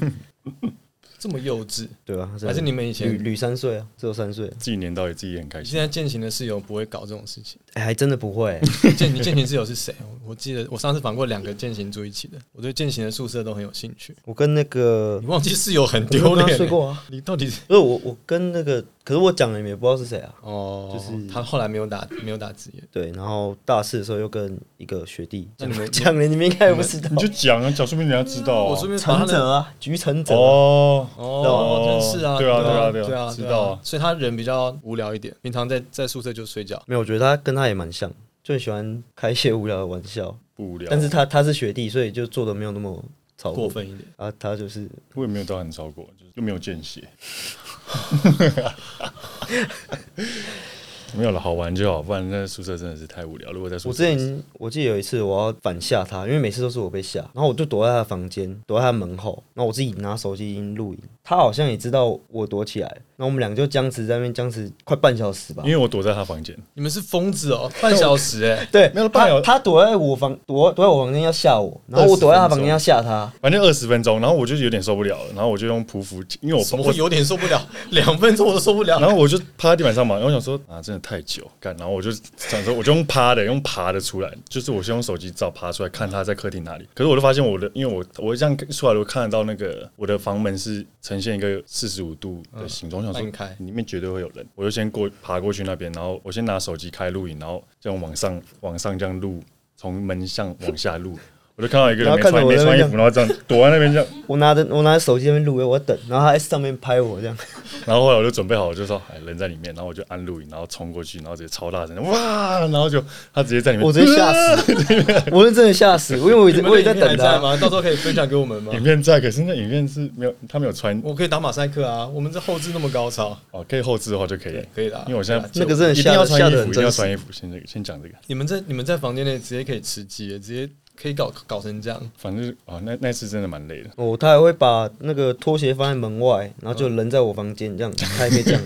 [SPEAKER 3] 这么幼稚？
[SPEAKER 1] 对吧、他
[SPEAKER 3] 还是你们以
[SPEAKER 1] 吕
[SPEAKER 3] 前
[SPEAKER 1] 吕三岁啊，只有三岁啊、
[SPEAKER 2] 自己粘到也自己也很开
[SPEAKER 3] 你
[SPEAKER 2] 心。
[SPEAKER 3] 现在践行的室友不会搞这种事情？
[SPEAKER 1] 哎，还真的不
[SPEAKER 3] [LAUGHS]
[SPEAKER 1] 会、
[SPEAKER 3] 践你践行室友是谁？我我记得我上次访过两个践行住一起的，我对践行的宿舍都很有兴趣。
[SPEAKER 1] 我跟那个
[SPEAKER 3] 你忘记室友很
[SPEAKER 1] 我
[SPEAKER 3] 丢
[SPEAKER 1] 跟他
[SPEAKER 3] 脸、欸
[SPEAKER 1] 睡过啊，
[SPEAKER 3] 你到底是
[SPEAKER 1] 不是我我跟那个，可是我讲了你们也不知道是谁啊。
[SPEAKER 3] 哦，
[SPEAKER 1] 就是
[SPEAKER 3] 他后来没有打没有打职业，
[SPEAKER 1] 对，然后大四的时候又跟一个学弟，
[SPEAKER 3] 那你们
[SPEAKER 1] 讲了你们应该也不知道
[SPEAKER 3] 嗯
[SPEAKER 2] 你，就讲啊，讲说明人家知道、啊。
[SPEAKER 3] 我顺便把他
[SPEAKER 1] 陈
[SPEAKER 3] 的
[SPEAKER 1] 哲啊，菊陈哲啊、
[SPEAKER 2] 哦，
[SPEAKER 3] 哦，认识啊，
[SPEAKER 2] 对啊对
[SPEAKER 3] 对
[SPEAKER 2] 啊对啊
[SPEAKER 3] 啊，
[SPEAKER 2] 知道啊
[SPEAKER 3] 所以他人比较无聊一点，平常在在宿舍就睡觉。
[SPEAKER 1] 没有，我觉得他跟他也蛮像，就很喜欢开一些无聊的玩笑。
[SPEAKER 2] 不无聊。
[SPEAKER 1] 但是他他是学弟，所以就做的没有那么
[SPEAKER 2] 哦
[SPEAKER 1] 超
[SPEAKER 3] 过分一点，
[SPEAKER 1] 啊。他就是
[SPEAKER 2] 我也没有到很超过，就是又没有见
[SPEAKER 3] [LAUGHS]
[SPEAKER 2] 血。没有了，好玩就好，不然在宿舍真的是太无聊。如果在宿
[SPEAKER 1] 我之
[SPEAKER 2] 舍，
[SPEAKER 1] 前我记得有一次我要反吓他，因为每次都是我被吓，然后我就躲在他的房间，躲在他门后，然后我自己拿手机录影，他好像也知道我躲起来，然后我们两个就僵持在那边僵持快半小时吧
[SPEAKER 2] 因。为我躲在他房间，
[SPEAKER 3] 你们是疯子哦，半小时哎、
[SPEAKER 1] 对，
[SPEAKER 2] 没有半小
[SPEAKER 1] 他他躲在我房躲躲在我房间要吓我，然后我躲在他房间要吓他，
[SPEAKER 2] 反正二十分钟，然后我就有点受不了了，然后我就用匍匐，因为我
[SPEAKER 3] 怎么
[SPEAKER 2] 我
[SPEAKER 3] 会有点受不了？ [LAUGHS] 两分钟我都受不了。
[SPEAKER 2] 然后我就趴在地板上嘛，然后我想说啊，真的太久，干，然后我就想说，我就用趴的，用爬的出来，就是我先用手机照爬出来，看他在客厅哪里。可是我就发现我的，因为我我这样出来，我看得到那个我的房门是呈现一个四十五度的形
[SPEAKER 1] 哦
[SPEAKER 2] 状，我想
[SPEAKER 3] 半
[SPEAKER 2] 说
[SPEAKER 3] 开
[SPEAKER 2] 里面绝对会有人，我就先过爬过去那边，然后我先拿手机开录影，然后这样往上往上这样录，从门向往下录。我就看到一个
[SPEAKER 1] 然后
[SPEAKER 2] 人没
[SPEAKER 1] 看着
[SPEAKER 2] 穿
[SPEAKER 1] 我
[SPEAKER 2] 没
[SPEAKER 1] 在
[SPEAKER 2] 穿
[SPEAKER 1] 那
[SPEAKER 2] 衣
[SPEAKER 1] 边
[SPEAKER 2] 服，然后这样躲在那边这样，
[SPEAKER 1] 我拿着我拿着手机在那边录，我在等，然后他在上面拍我
[SPEAKER 2] [LAUGHS]
[SPEAKER 1] 这样。
[SPEAKER 2] 然后后来我就准备好，我就说哎人在里面，然后我就按录影，然后冲过去，然后直接超大声哇，然后就他直接在里面，
[SPEAKER 1] 我直接吓
[SPEAKER 2] [LAUGHS]
[SPEAKER 1] 死，我是真的吓死，因为我也
[SPEAKER 3] 你
[SPEAKER 1] 在
[SPEAKER 3] 们
[SPEAKER 1] 我也在
[SPEAKER 3] 的影
[SPEAKER 1] 等
[SPEAKER 3] 片还在
[SPEAKER 1] 他。
[SPEAKER 3] 吗？到时候可以分享给我们吗
[SPEAKER 2] 呃影？片在，可是那影片是没有他没有穿
[SPEAKER 3] 我可以打马赛克啊，我们这后置那么高超，
[SPEAKER 2] 哦，可以后置的话就可以，
[SPEAKER 3] 可以的啊。
[SPEAKER 2] 因为我现在
[SPEAKER 1] 那个真的
[SPEAKER 2] 一定
[SPEAKER 1] 吓得
[SPEAKER 2] 要穿
[SPEAKER 1] 吓
[SPEAKER 2] 衣
[SPEAKER 1] 得
[SPEAKER 2] 服，
[SPEAKER 1] 很
[SPEAKER 2] 一定要
[SPEAKER 1] 真实
[SPEAKER 2] 穿。衣服，先这个先讲这个，
[SPEAKER 3] 你们在你们在房间内直接可以吃鸡耶，直接可以搞搞成这样。
[SPEAKER 2] 反正啊、哦、那那次真的蛮累的，
[SPEAKER 1] 哦，他还会把那个拖鞋放在门外，然后就人在我房间这样，
[SPEAKER 2] 嗯
[SPEAKER 1] 他也可以
[SPEAKER 2] [LAUGHS]
[SPEAKER 1] 这样，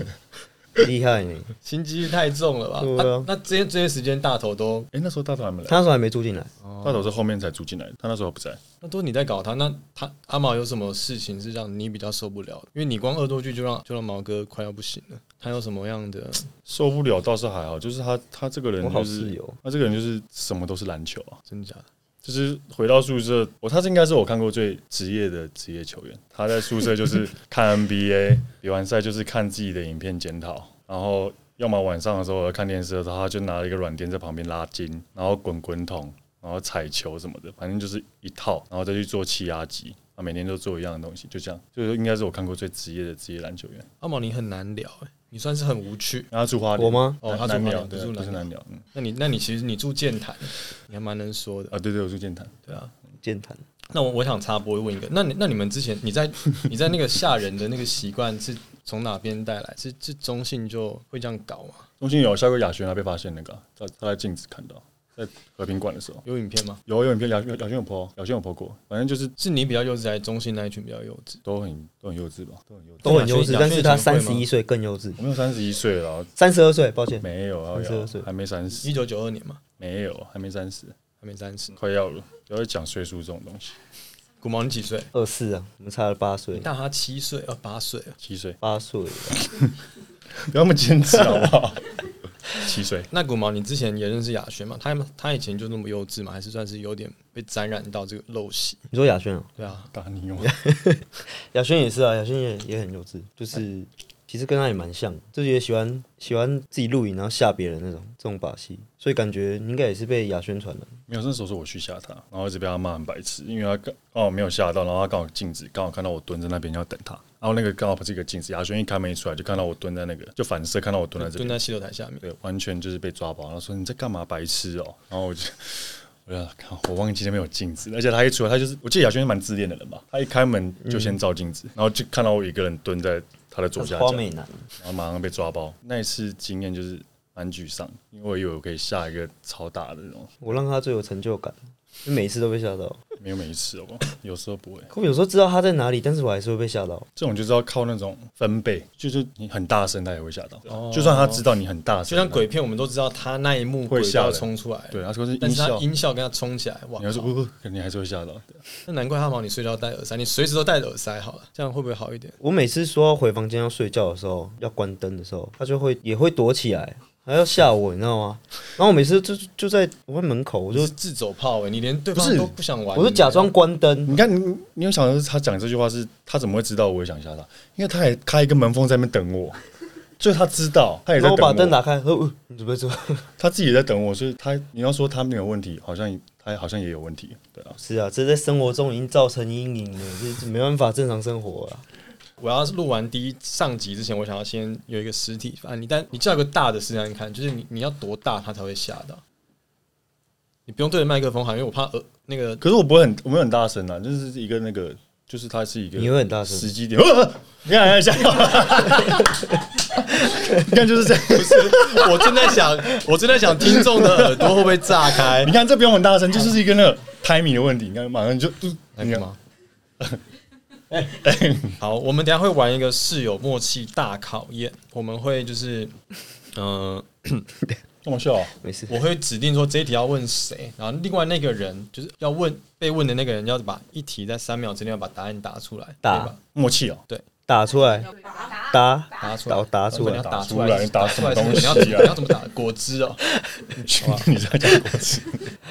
[SPEAKER 1] 厉害呢。
[SPEAKER 3] 心机太重了吧？
[SPEAKER 1] 对啊
[SPEAKER 3] 那这些这些时间大头都，
[SPEAKER 2] 哎、那时候大头还没来，哦
[SPEAKER 1] 他那时候还没住进来，
[SPEAKER 2] 大头是后面才住进来的，他那时候不在，
[SPEAKER 3] 那都你在搞他，那他阿毛有什么事情是让你比较受不了的？因为你光恶作剧就让就让毛哥快要不行了。他有什么样的？
[SPEAKER 2] 受不了倒是还好，就是他他这个人
[SPEAKER 1] 我
[SPEAKER 2] 就
[SPEAKER 1] 好室
[SPEAKER 2] 是
[SPEAKER 1] 友。
[SPEAKER 2] 他这个人就是什么都是篮球啊，
[SPEAKER 3] 真假的？
[SPEAKER 2] 就是回到宿舍，我他是应该是我看过最职业的职业球员。 [LAUGHS] 他在宿舍就是看 NBA，比完赛就是看自己的影片检讨，然后要么晚上的时候我在看电视的时候，他就拿了一个软垫在旁边拉筋，然后滚滚筒，然后踩球什么的，反正就是一套，然后再去做气压机。啊，每天都做一样的东西，就这样，就是应该是我看过最职业的职业篮球员。
[SPEAKER 3] 阿毛，你很难聊哎、你算是很无趣。
[SPEAKER 2] 然后他住花莲，
[SPEAKER 1] 我吗？
[SPEAKER 3] 哦，他
[SPEAKER 2] 南
[SPEAKER 3] 住花
[SPEAKER 2] 苗
[SPEAKER 3] 莲，不
[SPEAKER 2] 对
[SPEAKER 3] 住
[SPEAKER 2] 不是
[SPEAKER 3] 南
[SPEAKER 2] 南
[SPEAKER 3] 寮。
[SPEAKER 2] 苗，嗯
[SPEAKER 3] 那你那你其实你住剑潭，你还蛮能说的，
[SPEAKER 2] 啊，对对，我住剑潭，
[SPEAKER 3] 对啊。
[SPEAKER 1] 健谈。
[SPEAKER 3] 那我我想插播问一个，那你那你们之前你在 [LAUGHS] 你在那个吓人的那个习惯是从哪边带来？是是中信就会这样搞吗？
[SPEAKER 2] 中心有下过亚轩啊，被发现那个啊，他他在镜子看到，在和平馆的时候，
[SPEAKER 3] 有影片吗？
[SPEAKER 2] 有有影片，亚亚轩有泼，亚轩有泼过，反正就是
[SPEAKER 3] 是你比较幼稚，还是中信那一群比较幼稚？
[SPEAKER 2] 都很都很幼稚吧，都很幼稚。
[SPEAKER 1] 都很幼稚，
[SPEAKER 3] 亚轩
[SPEAKER 1] 但是他
[SPEAKER 3] 亚轩
[SPEAKER 1] 三
[SPEAKER 3] 以前
[SPEAKER 1] 十
[SPEAKER 3] 会吗
[SPEAKER 1] 一岁更幼稚，
[SPEAKER 2] 我没有三十一岁了啊，
[SPEAKER 1] 三十二岁，抱歉，
[SPEAKER 2] 没有啊，
[SPEAKER 1] 32岁
[SPEAKER 2] 还没三十，
[SPEAKER 3] 一九九二年嘛，
[SPEAKER 2] 没有，还没三十，
[SPEAKER 3] 还没三十。
[SPEAKER 2] 快要了。不要讲岁数这种东西，
[SPEAKER 3] 古毛你几岁？
[SPEAKER 1] 二四啊，我们差了八岁
[SPEAKER 3] 你，大他七岁，呃八岁啊。
[SPEAKER 2] 七岁，
[SPEAKER 1] 八岁啊，
[SPEAKER 2] 不要那么坚持好不好？七岁，
[SPEAKER 3] 那古毛，你之前也认识亚轩嘛？他他以前就那么幼稚嘛，还是算是有点被沾染到这个陋习？
[SPEAKER 1] 你说雅轩啊，
[SPEAKER 3] 对啊，
[SPEAKER 2] 打你哦，
[SPEAKER 1] 雅轩也是啊，雅轩也也很幼稚，就是其实跟他也蛮像，就是也喜欢喜欢自己录影，然后吓别人那种这种把戏，所以感觉你应该也是被雅轩传的。
[SPEAKER 2] 没有，那时候是我去吓他，然后一直被他骂很白痴，因为他刚刚好没有吓到，然后他刚好镜子刚好看到我蹲在那边要等他，然后那个刚好不是一个镜子，亚轩一开门一出来就看到我蹲在那个，就反射看到我蹲在这
[SPEAKER 3] 蹲
[SPEAKER 2] 边，
[SPEAKER 3] 在洗手台下面。
[SPEAKER 2] 对，完全就是被抓包，然后说你在干嘛白痴哦、然后我就。 [LAUGHS] 我就看，我忘记那边有镜子，而且他一出来，他就是，我记得亚轩是蛮自恋的人吧，他一开门就先照镜
[SPEAKER 3] 嗯
[SPEAKER 2] 子，然后就看到我一个人蹲在他的左下角
[SPEAKER 1] 花，美男，
[SPEAKER 2] 然后马上被抓包。那一次经验就是蛮沮丧，因为我以为我可以下一个超大的那种，
[SPEAKER 1] 我让他最有成就感，因为每一次都被吓到。
[SPEAKER 2] 没有每一次哦，有时候不会。
[SPEAKER 1] 可我有时候知道他在哪里，但是我还是会被吓到。
[SPEAKER 2] 这种就是要靠那种分贝，就是你很大声，他也会吓到。
[SPEAKER 3] 哦
[SPEAKER 2] 就算他知道你很大声，
[SPEAKER 3] 就像鬼片，我们都知道他那一幕鬼
[SPEAKER 2] 会吓
[SPEAKER 3] 要
[SPEAKER 2] 人
[SPEAKER 3] 冲出来，
[SPEAKER 2] 对，他说是
[SPEAKER 3] 但
[SPEAKER 2] 音
[SPEAKER 3] 是他
[SPEAKER 2] 效，
[SPEAKER 3] 音效跟他冲起来，哇
[SPEAKER 2] 你！要是
[SPEAKER 3] 靠
[SPEAKER 2] 呜，呜肯定还是会吓到。对
[SPEAKER 3] 那难怪他毛你睡觉戴耳塞，你随时都戴着耳塞好了，这样会不会好一点？
[SPEAKER 1] 我每次说要回房间要睡觉的时候，要关灯的时候，他就会也会躲起来，还要吓我，你知道吗？然后我每次就就在我在门口，我
[SPEAKER 3] 我
[SPEAKER 1] 就
[SPEAKER 2] [LAUGHS]
[SPEAKER 3] 就自走炮哎、你连对
[SPEAKER 2] 不
[SPEAKER 3] 方
[SPEAKER 2] 是
[SPEAKER 3] 都不想玩，
[SPEAKER 1] 我就假装关灯，
[SPEAKER 2] 你看，你你有想到他讲这句话是，他怎么会知道我也想吓他？因为他也开一个门缝在那边
[SPEAKER 1] [LAUGHS]
[SPEAKER 2] 等我，所以他知道，他也
[SPEAKER 1] 然
[SPEAKER 2] 在
[SPEAKER 1] 后
[SPEAKER 2] 等
[SPEAKER 1] 我
[SPEAKER 2] 我。
[SPEAKER 1] 哦把灯打开，说、呃、你准备做？
[SPEAKER 2] 他自己也在等我，所以他你要说他没有问题，好像他好像也有问题，对啊。
[SPEAKER 1] 是啊，这在生活中已经造成阴影了，这这没办法正常生活啊。
[SPEAKER 3] 我要录完第一上集之前，我想要先有一个实体案例，但你叫一个大的试案看，就是你你要多大他才会吓到。你不用对着麦克风喊，因为我怕呃那个
[SPEAKER 2] 可是我不会很，我没有很大声啊，就是一个那个，就是他是一个，
[SPEAKER 1] 你会很大声
[SPEAKER 2] 时机点，呃你看吓到，
[SPEAKER 1] [LAUGHS]
[SPEAKER 2] 你看就是这样，
[SPEAKER 3] 我正在想，我正在想听众的耳朵会不会炸开
[SPEAKER 2] 你？看这不用很大声，这就是一个那个 timing 的问题，你看马上就，呃
[SPEAKER 3] 来
[SPEAKER 2] 你看 [LAUGHS]
[SPEAKER 3] 吗？ [LAUGHS] 好，我们等一下会玩一个室友默契大考验，我们会就是，嗯、
[SPEAKER 2] 干嘛笑啊？
[SPEAKER 1] 没事，
[SPEAKER 3] 我会指定说这一题要问谁，然后另外那个人就是要问被问的那个人要把一题在三秒之内要把答案答出来，
[SPEAKER 1] 答
[SPEAKER 3] 对吧？
[SPEAKER 2] 默契哦，
[SPEAKER 1] 打出来，打
[SPEAKER 3] 答出
[SPEAKER 1] 打
[SPEAKER 3] 来，
[SPEAKER 1] 打出
[SPEAKER 3] 你
[SPEAKER 1] 来
[SPEAKER 3] 要，打
[SPEAKER 2] 打
[SPEAKER 3] 出
[SPEAKER 2] 出
[SPEAKER 3] 来，
[SPEAKER 2] 来你打什么
[SPEAKER 3] 出来
[SPEAKER 2] 东西啊
[SPEAKER 3] 你要你要怎么打？果汁哦，
[SPEAKER 2] [LAUGHS] 你在讲国
[SPEAKER 1] [LAUGHS]
[SPEAKER 2] 字，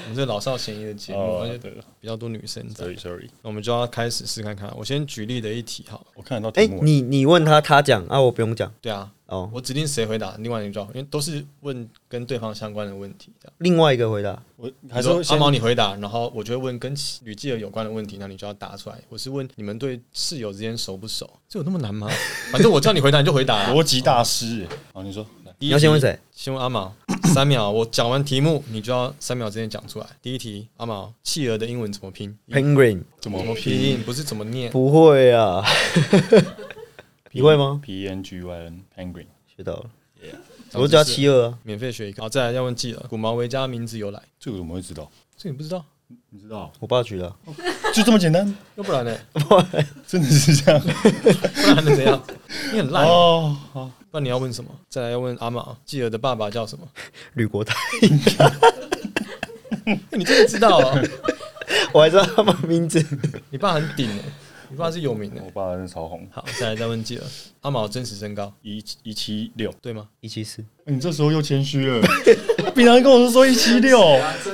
[SPEAKER 3] 我们这老少咸宜的节目，
[SPEAKER 1] 啊
[SPEAKER 2] 哦，
[SPEAKER 3] 而且
[SPEAKER 2] 对了
[SPEAKER 3] 比较多女生在，
[SPEAKER 2] ，sorry sorry，
[SPEAKER 3] 那我们就要开始试看看。我先举例的一题哈，
[SPEAKER 2] 我看得到
[SPEAKER 1] 哎、
[SPEAKER 2] 题目了，
[SPEAKER 1] 你你问他，他讲啊，我不用讲
[SPEAKER 3] 对啊，
[SPEAKER 1] 哦。
[SPEAKER 3] 我指定谁回答，另外一个就好，因为都是问跟对方相关的问题，这样。
[SPEAKER 1] 另外一个回答，
[SPEAKER 2] 我还
[SPEAKER 3] 还
[SPEAKER 2] 是
[SPEAKER 3] 说
[SPEAKER 2] 会
[SPEAKER 3] 阿
[SPEAKER 2] 先
[SPEAKER 3] 毛你回答，然后我就会问跟女记者有关的问题，那你就要答出来。我是问你们对室友之间熟不熟？这有那么难吗？ [LAUGHS] 反正我叫你回答你就回答、
[SPEAKER 2] 逻辑大师，好，你说，来
[SPEAKER 3] 第
[SPEAKER 1] 你
[SPEAKER 3] 一题
[SPEAKER 1] 要先问？谁？
[SPEAKER 3] 先问阿 [LAUGHS] 毛。三秒，我讲完题目，你就要三秒之内讲出来。第一题，阿毛，企鹅的英文怎么拼？
[SPEAKER 1] Penguin
[SPEAKER 2] 怎
[SPEAKER 3] 怎么
[SPEAKER 2] 么
[SPEAKER 3] 拼？不是怎么念。
[SPEAKER 1] 不会啊， [LAUGHS] 你会吗？
[SPEAKER 2] ？P N G Y N penguin，
[SPEAKER 1] 学到了，我叫七二啊，
[SPEAKER 3] 免费学一个。好，再来要问记者，古毛维加名字由来，
[SPEAKER 2] 这个我们会知道，
[SPEAKER 3] 这你不知道？
[SPEAKER 2] 你知道，
[SPEAKER 1] 我爸取的啊，
[SPEAKER 2] 就这么简单，
[SPEAKER 3] 要不然呢？ [LAUGHS]
[SPEAKER 2] 真的是这样
[SPEAKER 3] 不然还能怎样？你很烂欸。
[SPEAKER 2] 哦，好。
[SPEAKER 3] 不然你要问什么？再来要问阿玛，继儿的爸爸叫什么？ [LAUGHS]
[SPEAKER 1] 吕国泰，
[SPEAKER 3] 欸你真的知道啊、
[SPEAKER 1] 我还知道他们名字。
[SPEAKER 3] 你爸很顶哎、你爸是有名的、
[SPEAKER 2] 我爸真的超红，
[SPEAKER 3] 好，再来再问继儿，阿毛真实身高
[SPEAKER 2] 一七一七六。
[SPEAKER 3] 对吗？
[SPEAKER 1] [LAUGHS] 一七四，
[SPEAKER 2] 哎你这时候又谦虚了， [LAUGHS] 平常跟我说一七 [LAUGHS] 六，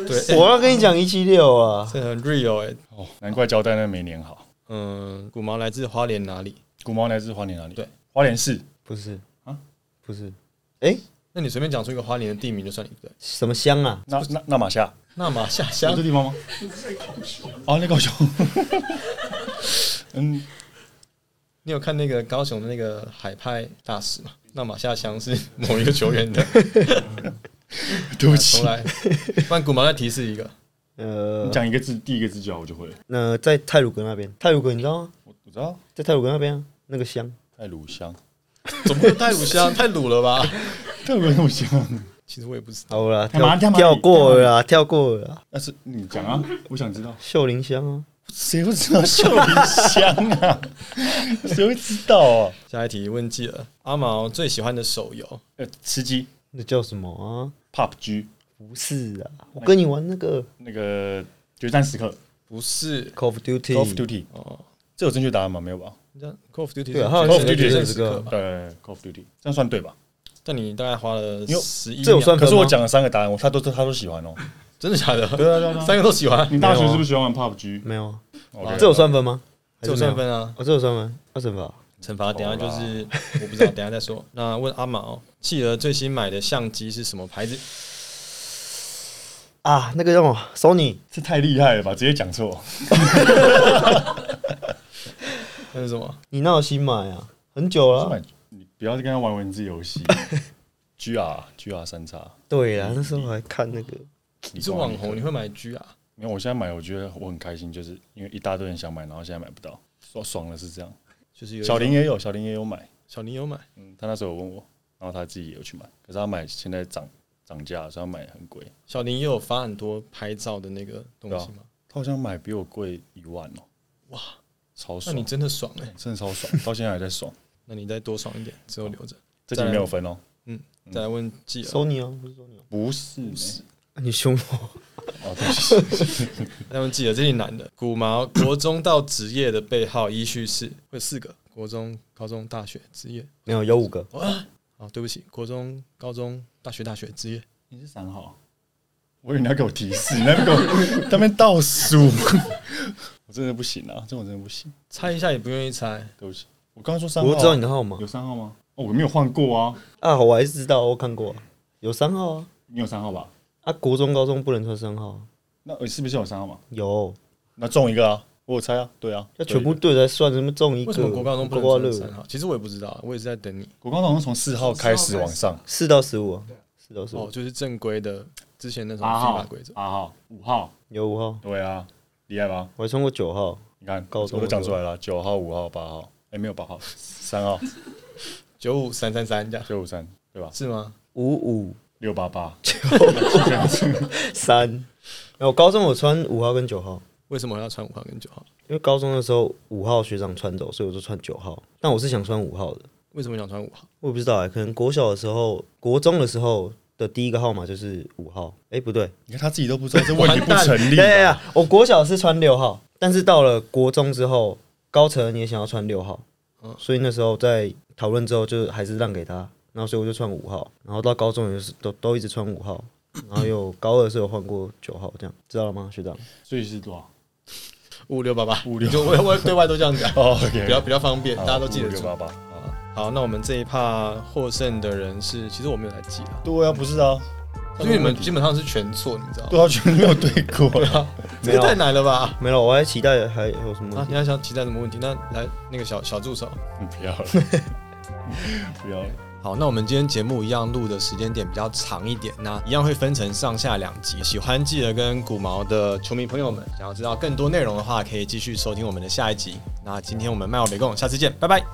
[SPEAKER 3] 对，欸 [LAUGHS]
[SPEAKER 1] 我要跟你讲一七六啊，
[SPEAKER 3] 这很 real 哎、
[SPEAKER 2] 哦，难怪胶带那没粘好。
[SPEAKER 3] 嗯，古毛来自花莲哪里？
[SPEAKER 2] 古毛来自花莲哪里？
[SPEAKER 3] 对，
[SPEAKER 2] 花莲市。
[SPEAKER 1] 不是
[SPEAKER 2] 啊
[SPEAKER 1] 不是，哎、
[SPEAKER 3] 那你随便讲出一个花莲的地名就算你对。
[SPEAKER 1] 什么乡啊？
[SPEAKER 2] 那那那马夏
[SPEAKER 3] 那马下乡
[SPEAKER 2] 有
[SPEAKER 3] [LAUGHS]
[SPEAKER 2] 这地方吗？哦，那高雄。嗯，
[SPEAKER 3] 你有看那个高雄的那个海派大使吗？那马下乡是某一个球员 [LAUGHS] 的，
[SPEAKER 2] [LAUGHS] 对不
[SPEAKER 3] 重
[SPEAKER 2] 起，
[SPEAKER 3] 来。曼古毛再提示一个，
[SPEAKER 1] 呃
[SPEAKER 2] 你，讲一个字，第一个字就好，我就会了。
[SPEAKER 1] 那在泰鲁阁那边，泰鲁阁你知道吗？
[SPEAKER 2] 我我知道，
[SPEAKER 1] 在泰鲁阁那边啊，那个乡，
[SPEAKER 2] 泰鲁乡，
[SPEAKER 3] 怎么会有泰鲁 [LAUGHS] 乡？太鲁了吧？
[SPEAKER 2] 泰鲁乡，
[SPEAKER 3] 其实我也不知道。
[SPEAKER 1] 好啦，
[SPEAKER 2] 干嘛
[SPEAKER 1] 跳
[SPEAKER 2] 干嘛
[SPEAKER 1] 跳过了啦，跳过了啦，
[SPEAKER 2] 那是你讲啊，我想知道。
[SPEAKER 1] 秀林乡啊，
[SPEAKER 2] 谁会知道秀林乡啊？谁会知道啊？
[SPEAKER 3] 下一题问记了，阿毛最喜欢的手游，
[SPEAKER 2] [LAUGHS] 呃，吃鸡
[SPEAKER 1] 那叫什么啊？
[SPEAKER 2] PUBG
[SPEAKER 1] 不是啊，我跟你玩那个
[SPEAKER 2] 那个决战时刻
[SPEAKER 3] 不是
[SPEAKER 1] Call of Duty，,
[SPEAKER 2] Call of Duty，
[SPEAKER 3] 哦。
[SPEAKER 2] 这有正确答案吗？没有吧？
[SPEAKER 3] 你知道 Call of Duty
[SPEAKER 1] 对啊
[SPEAKER 3] 是
[SPEAKER 1] 还有
[SPEAKER 2] Call
[SPEAKER 3] 决
[SPEAKER 2] of Duty
[SPEAKER 3] 胜决胜
[SPEAKER 1] 是
[SPEAKER 3] 时
[SPEAKER 1] 这个
[SPEAKER 3] 刻吧？
[SPEAKER 2] 对，Call of Duty，这样算对吧？
[SPEAKER 3] 但你大概花了
[SPEAKER 2] 因为
[SPEAKER 3] 十一
[SPEAKER 1] 这有
[SPEAKER 3] 秒，
[SPEAKER 1] 算
[SPEAKER 2] 可是我
[SPEAKER 1] 吗
[SPEAKER 2] 讲了三个答案，我他都他都喜欢哦。
[SPEAKER 3] 真的假的？
[SPEAKER 2] 对啊对啊对啊
[SPEAKER 3] 三个都喜欢，
[SPEAKER 2] 你大学是不是喜欢玩 PUBG？
[SPEAKER 1] 没有啊，
[SPEAKER 2] OK
[SPEAKER 1] 这有算分吗？还
[SPEAKER 3] 这
[SPEAKER 1] 是没
[SPEAKER 3] 有
[SPEAKER 1] 有
[SPEAKER 3] 算？分啊。
[SPEAKER 1] 哦，这有算分，二惩罚。
[SPEAKER 3] 惩罚等一下就
[SPEAKER 2] 好啦
[SPEAKER 3] 是我不知道，等一下再说。那问阿毛，企鹅最新买的相机是什么牌子？
[SPEAKER 1] 啊，那个叫什么 Sony
[SPEAKER 2] 这太厉害了吧！直接讲错，
[SPEAKER 3] 那是什么？
[SPEAKER 1] 你那有新买啊？很久
[SPEAKER 2] 我
[SPEAKER 1] 了
[SPEAKER 2] 是
[SPEAKER 1] 啊。
[SPEAKER 2] 买你不要再跟他玩文字游
[SPEAKER 3] [LAUGHS]
[SPEAKER 2] 戏。GR GR 三叉，
[SPEAKER 1] 对啦，那时候我还看那个，
[SPEAKER 2] 你
[SPEAKER 3] 你是网红，你会买 G 啊？
[SPEAKER 2] 没有，我现在买，我觉得我很开心，就是因为一大堆人想买，然后现在买不到，爽爽的是这样。
[SPEAKER 3] 就是有一种
[SPEAKER 2] 小林，也有，小林也有买，
[SPEAKER 3] 小林有买，
[SPEAKER 2] 嗯，他那时候有问我，然后他自己也有去买，可是他买现在涨涨价，所以他买很贵，
[SPEAKER 3] 小林也有发很多拍照的那个东西吗？
[SPEAKER 2] 他好像买比我贵一万哦、
[SPEAKER 3] 哇，
[SPEAKER 2] 超
[SPEAKER 3] 那
[SPEAKER 2] 爽
[SPEAKER 3] 你，真的爽哎、
[SPEAKER 2] 真的超爽，到现在还在 [LAUGHS] 爽，
[SPEAKER 3] 那你再多爽一点，之后留着。
[SPEAKER 2] 这集没有分哦、
[SPEAKER 3] 再来问记儿，
[SPEAKER 1] Sony 啊，不是 Sony 啊
[SPEAKER 2] 不是，欸不是，
[SPEAKER 1] 啊你凶我？
[SPEAKER 2] 哦，对不起，
[SPEAKER 3] 再问记儿，这里难的。古毛国中到职业的背号依序是会有四个：国中、高中、大学、职业。
[SPEAKER 1] [LAUGHS] 没有，有五个。
[SPEAKER 3] 哦，对不起，国中、高中、大学、大学、职业。
[SPEAKER 2] 你是三号，我以为你要给我提示， [LAUGHS] 你在那边给我在那边倒数， [LAUGHS] 我真的不行啊，这我真的不行，
[SPEAKER 3] 猜一下也不愿意猜，
[SPEAKER 2] 对不起，我刚刚说三号啊，
[SPEAKER 1] 我知道你的号码
[SPEAKER 2] 有三号吗？哦，我没有换过啊。
[SPEAKER 1] 啊，我还是知道，我看过啊，有三号啊。
[SPEAKER 2] 你有三号吧？
[SPEAKER 1] 啊，国中、高中不能穿三号啊，
[SPEAKER 2] 那呃是不是有三号嘛？
[SPEAKER 1] 有
[SPEAKER 2] 那中一个啊，我有猜啊，对啊，
[SPEAKER 1] 要全部对才算，什么中一个？
[SPEAKER 3] 为什么国高中不
[SPEAKER 1] 刮刮
[SPEAKER 3] 能
[SPEAKER 1] 乐
[SPEAKER 3] 从三哦号？其实我也不知道，我也是在等你。
[SPEAKER 2] 国高中好像从四号开始往上，
[SPEAKER 1] 四到十五啊，四到十
[SPEAKER 3] 哦，
[SPEAKER 1] 五
[SPEAKER 3] 就是正规的之前那种
[SPEAKER 2] 八
[SPEAKER 3] FIFA
[SPEAKER 2] 号
[SPEAKER 3] 规则、。
[SPEAKER 2] 八号、啊五号，
[SPEAKER 1] 有五号，
[SPEAKER 2] 对啊，厉害吧？
[SPEAKER 1] 我还穿过九号。
[SPEAKER 2] 你看，
[SPEAKER 1] 高中
[SPEAKER 2] 我都讲出来了，九号、五号、八号，哎，没有八号， [LAUGHS] 三号、
[SPEAKER 3] 九五三三三这样
[SPEAKER 2] 九五三，对吧？
[SPEAKER 3] 是吗？
[SPEAKER 1] 五五
[SPEAKER 2] 六八八，
[SPEAKER 1] 三，哎我高中我穿五号跟九号，
[SPEAKER 3] 为什么要穿五号跟九号？
[SPEAKER 1] 因为高中的时候五号学长穿走，所以我就穿九号。但我是想穿五号的，
[SPEAKER 3] 为什么想穿五号？
[SPEAKER 1] 我也不知道哎、可能国小的时候、国中的时候的第一个号码就是五号。哎、不对，
[SPEAKER 2] 你看他自己都不知 [LAUGHS] 道，这问题不成立
[SPEAKER 1] 对呀、
[SPEAKER 2] 吧。
[SPEAKER 1] 我国小是穿六号，但是到了国中之后，高成也想要穿六号
[SPEAKER 3] 嗯，
[SPEAKER 1] 所以那时候在讨论之后，就是还是让给他。然后所以我就穿五号，然后到高中也是都都一直穿五号，然后有高二的时候换过九号，这样知道了吗，学长？
[SPEAKER 2] 所以是多少？
[SPEAKER 3] 五六八八，
[SPEAKER 2] 五六
[SPEAKER 3] 你就我我对外都这样
[SPEAKER 2] [LAUGHS]
[SPEAKER 3] 讲，
[SPEAKER 2] 哦，OK，
[SPEAKER 3] 比较比较方便，
[SPEAKER 2] 好
[SPEAKER 3] 大家都记得
[SPEAKER 2] 五
[SPEAKER 3] 住
[SPEAKER 2] 六。八八啊。
[SPEAKER 3] 好，那我们这一趴获胜的人是，其实我没有来记啊，
[SPEAKER 2] 对啊，不是啊，
[SPEAKER 3] 因为你们基本上是全错，你知道吗？
[SPEAKER 2] 对啊，全没有对 [LAUGHS] 过
[SPEAKER 3] 对啊，这
[SPEAKER 1] [LAUGHS] 没
[SPEAKER 3] 个
[SPEAKER 1] 有
[SPEAKER 3] 太难了吧？
[SPEAKER 1] 没了，我还期待还有什么
[SPEAKER 3] 啊
[SPEAKER 1] 问，题？
[SPEAKER 3] 你还想期待什么问题？那来那个小小助手。
[SPEAKER 2] 不要了， [LAUGHS] 不要了。
[SPEAKER 3] 好，那我们今天节目一样录的时间点比较长一点，那一样会分成上下两集。喜欢记得跟古毛的球迷朋友们，想要知道更多内容的话，可以继续收听我们的下一集。那今天我们麦奥北共，下次见，拜拜。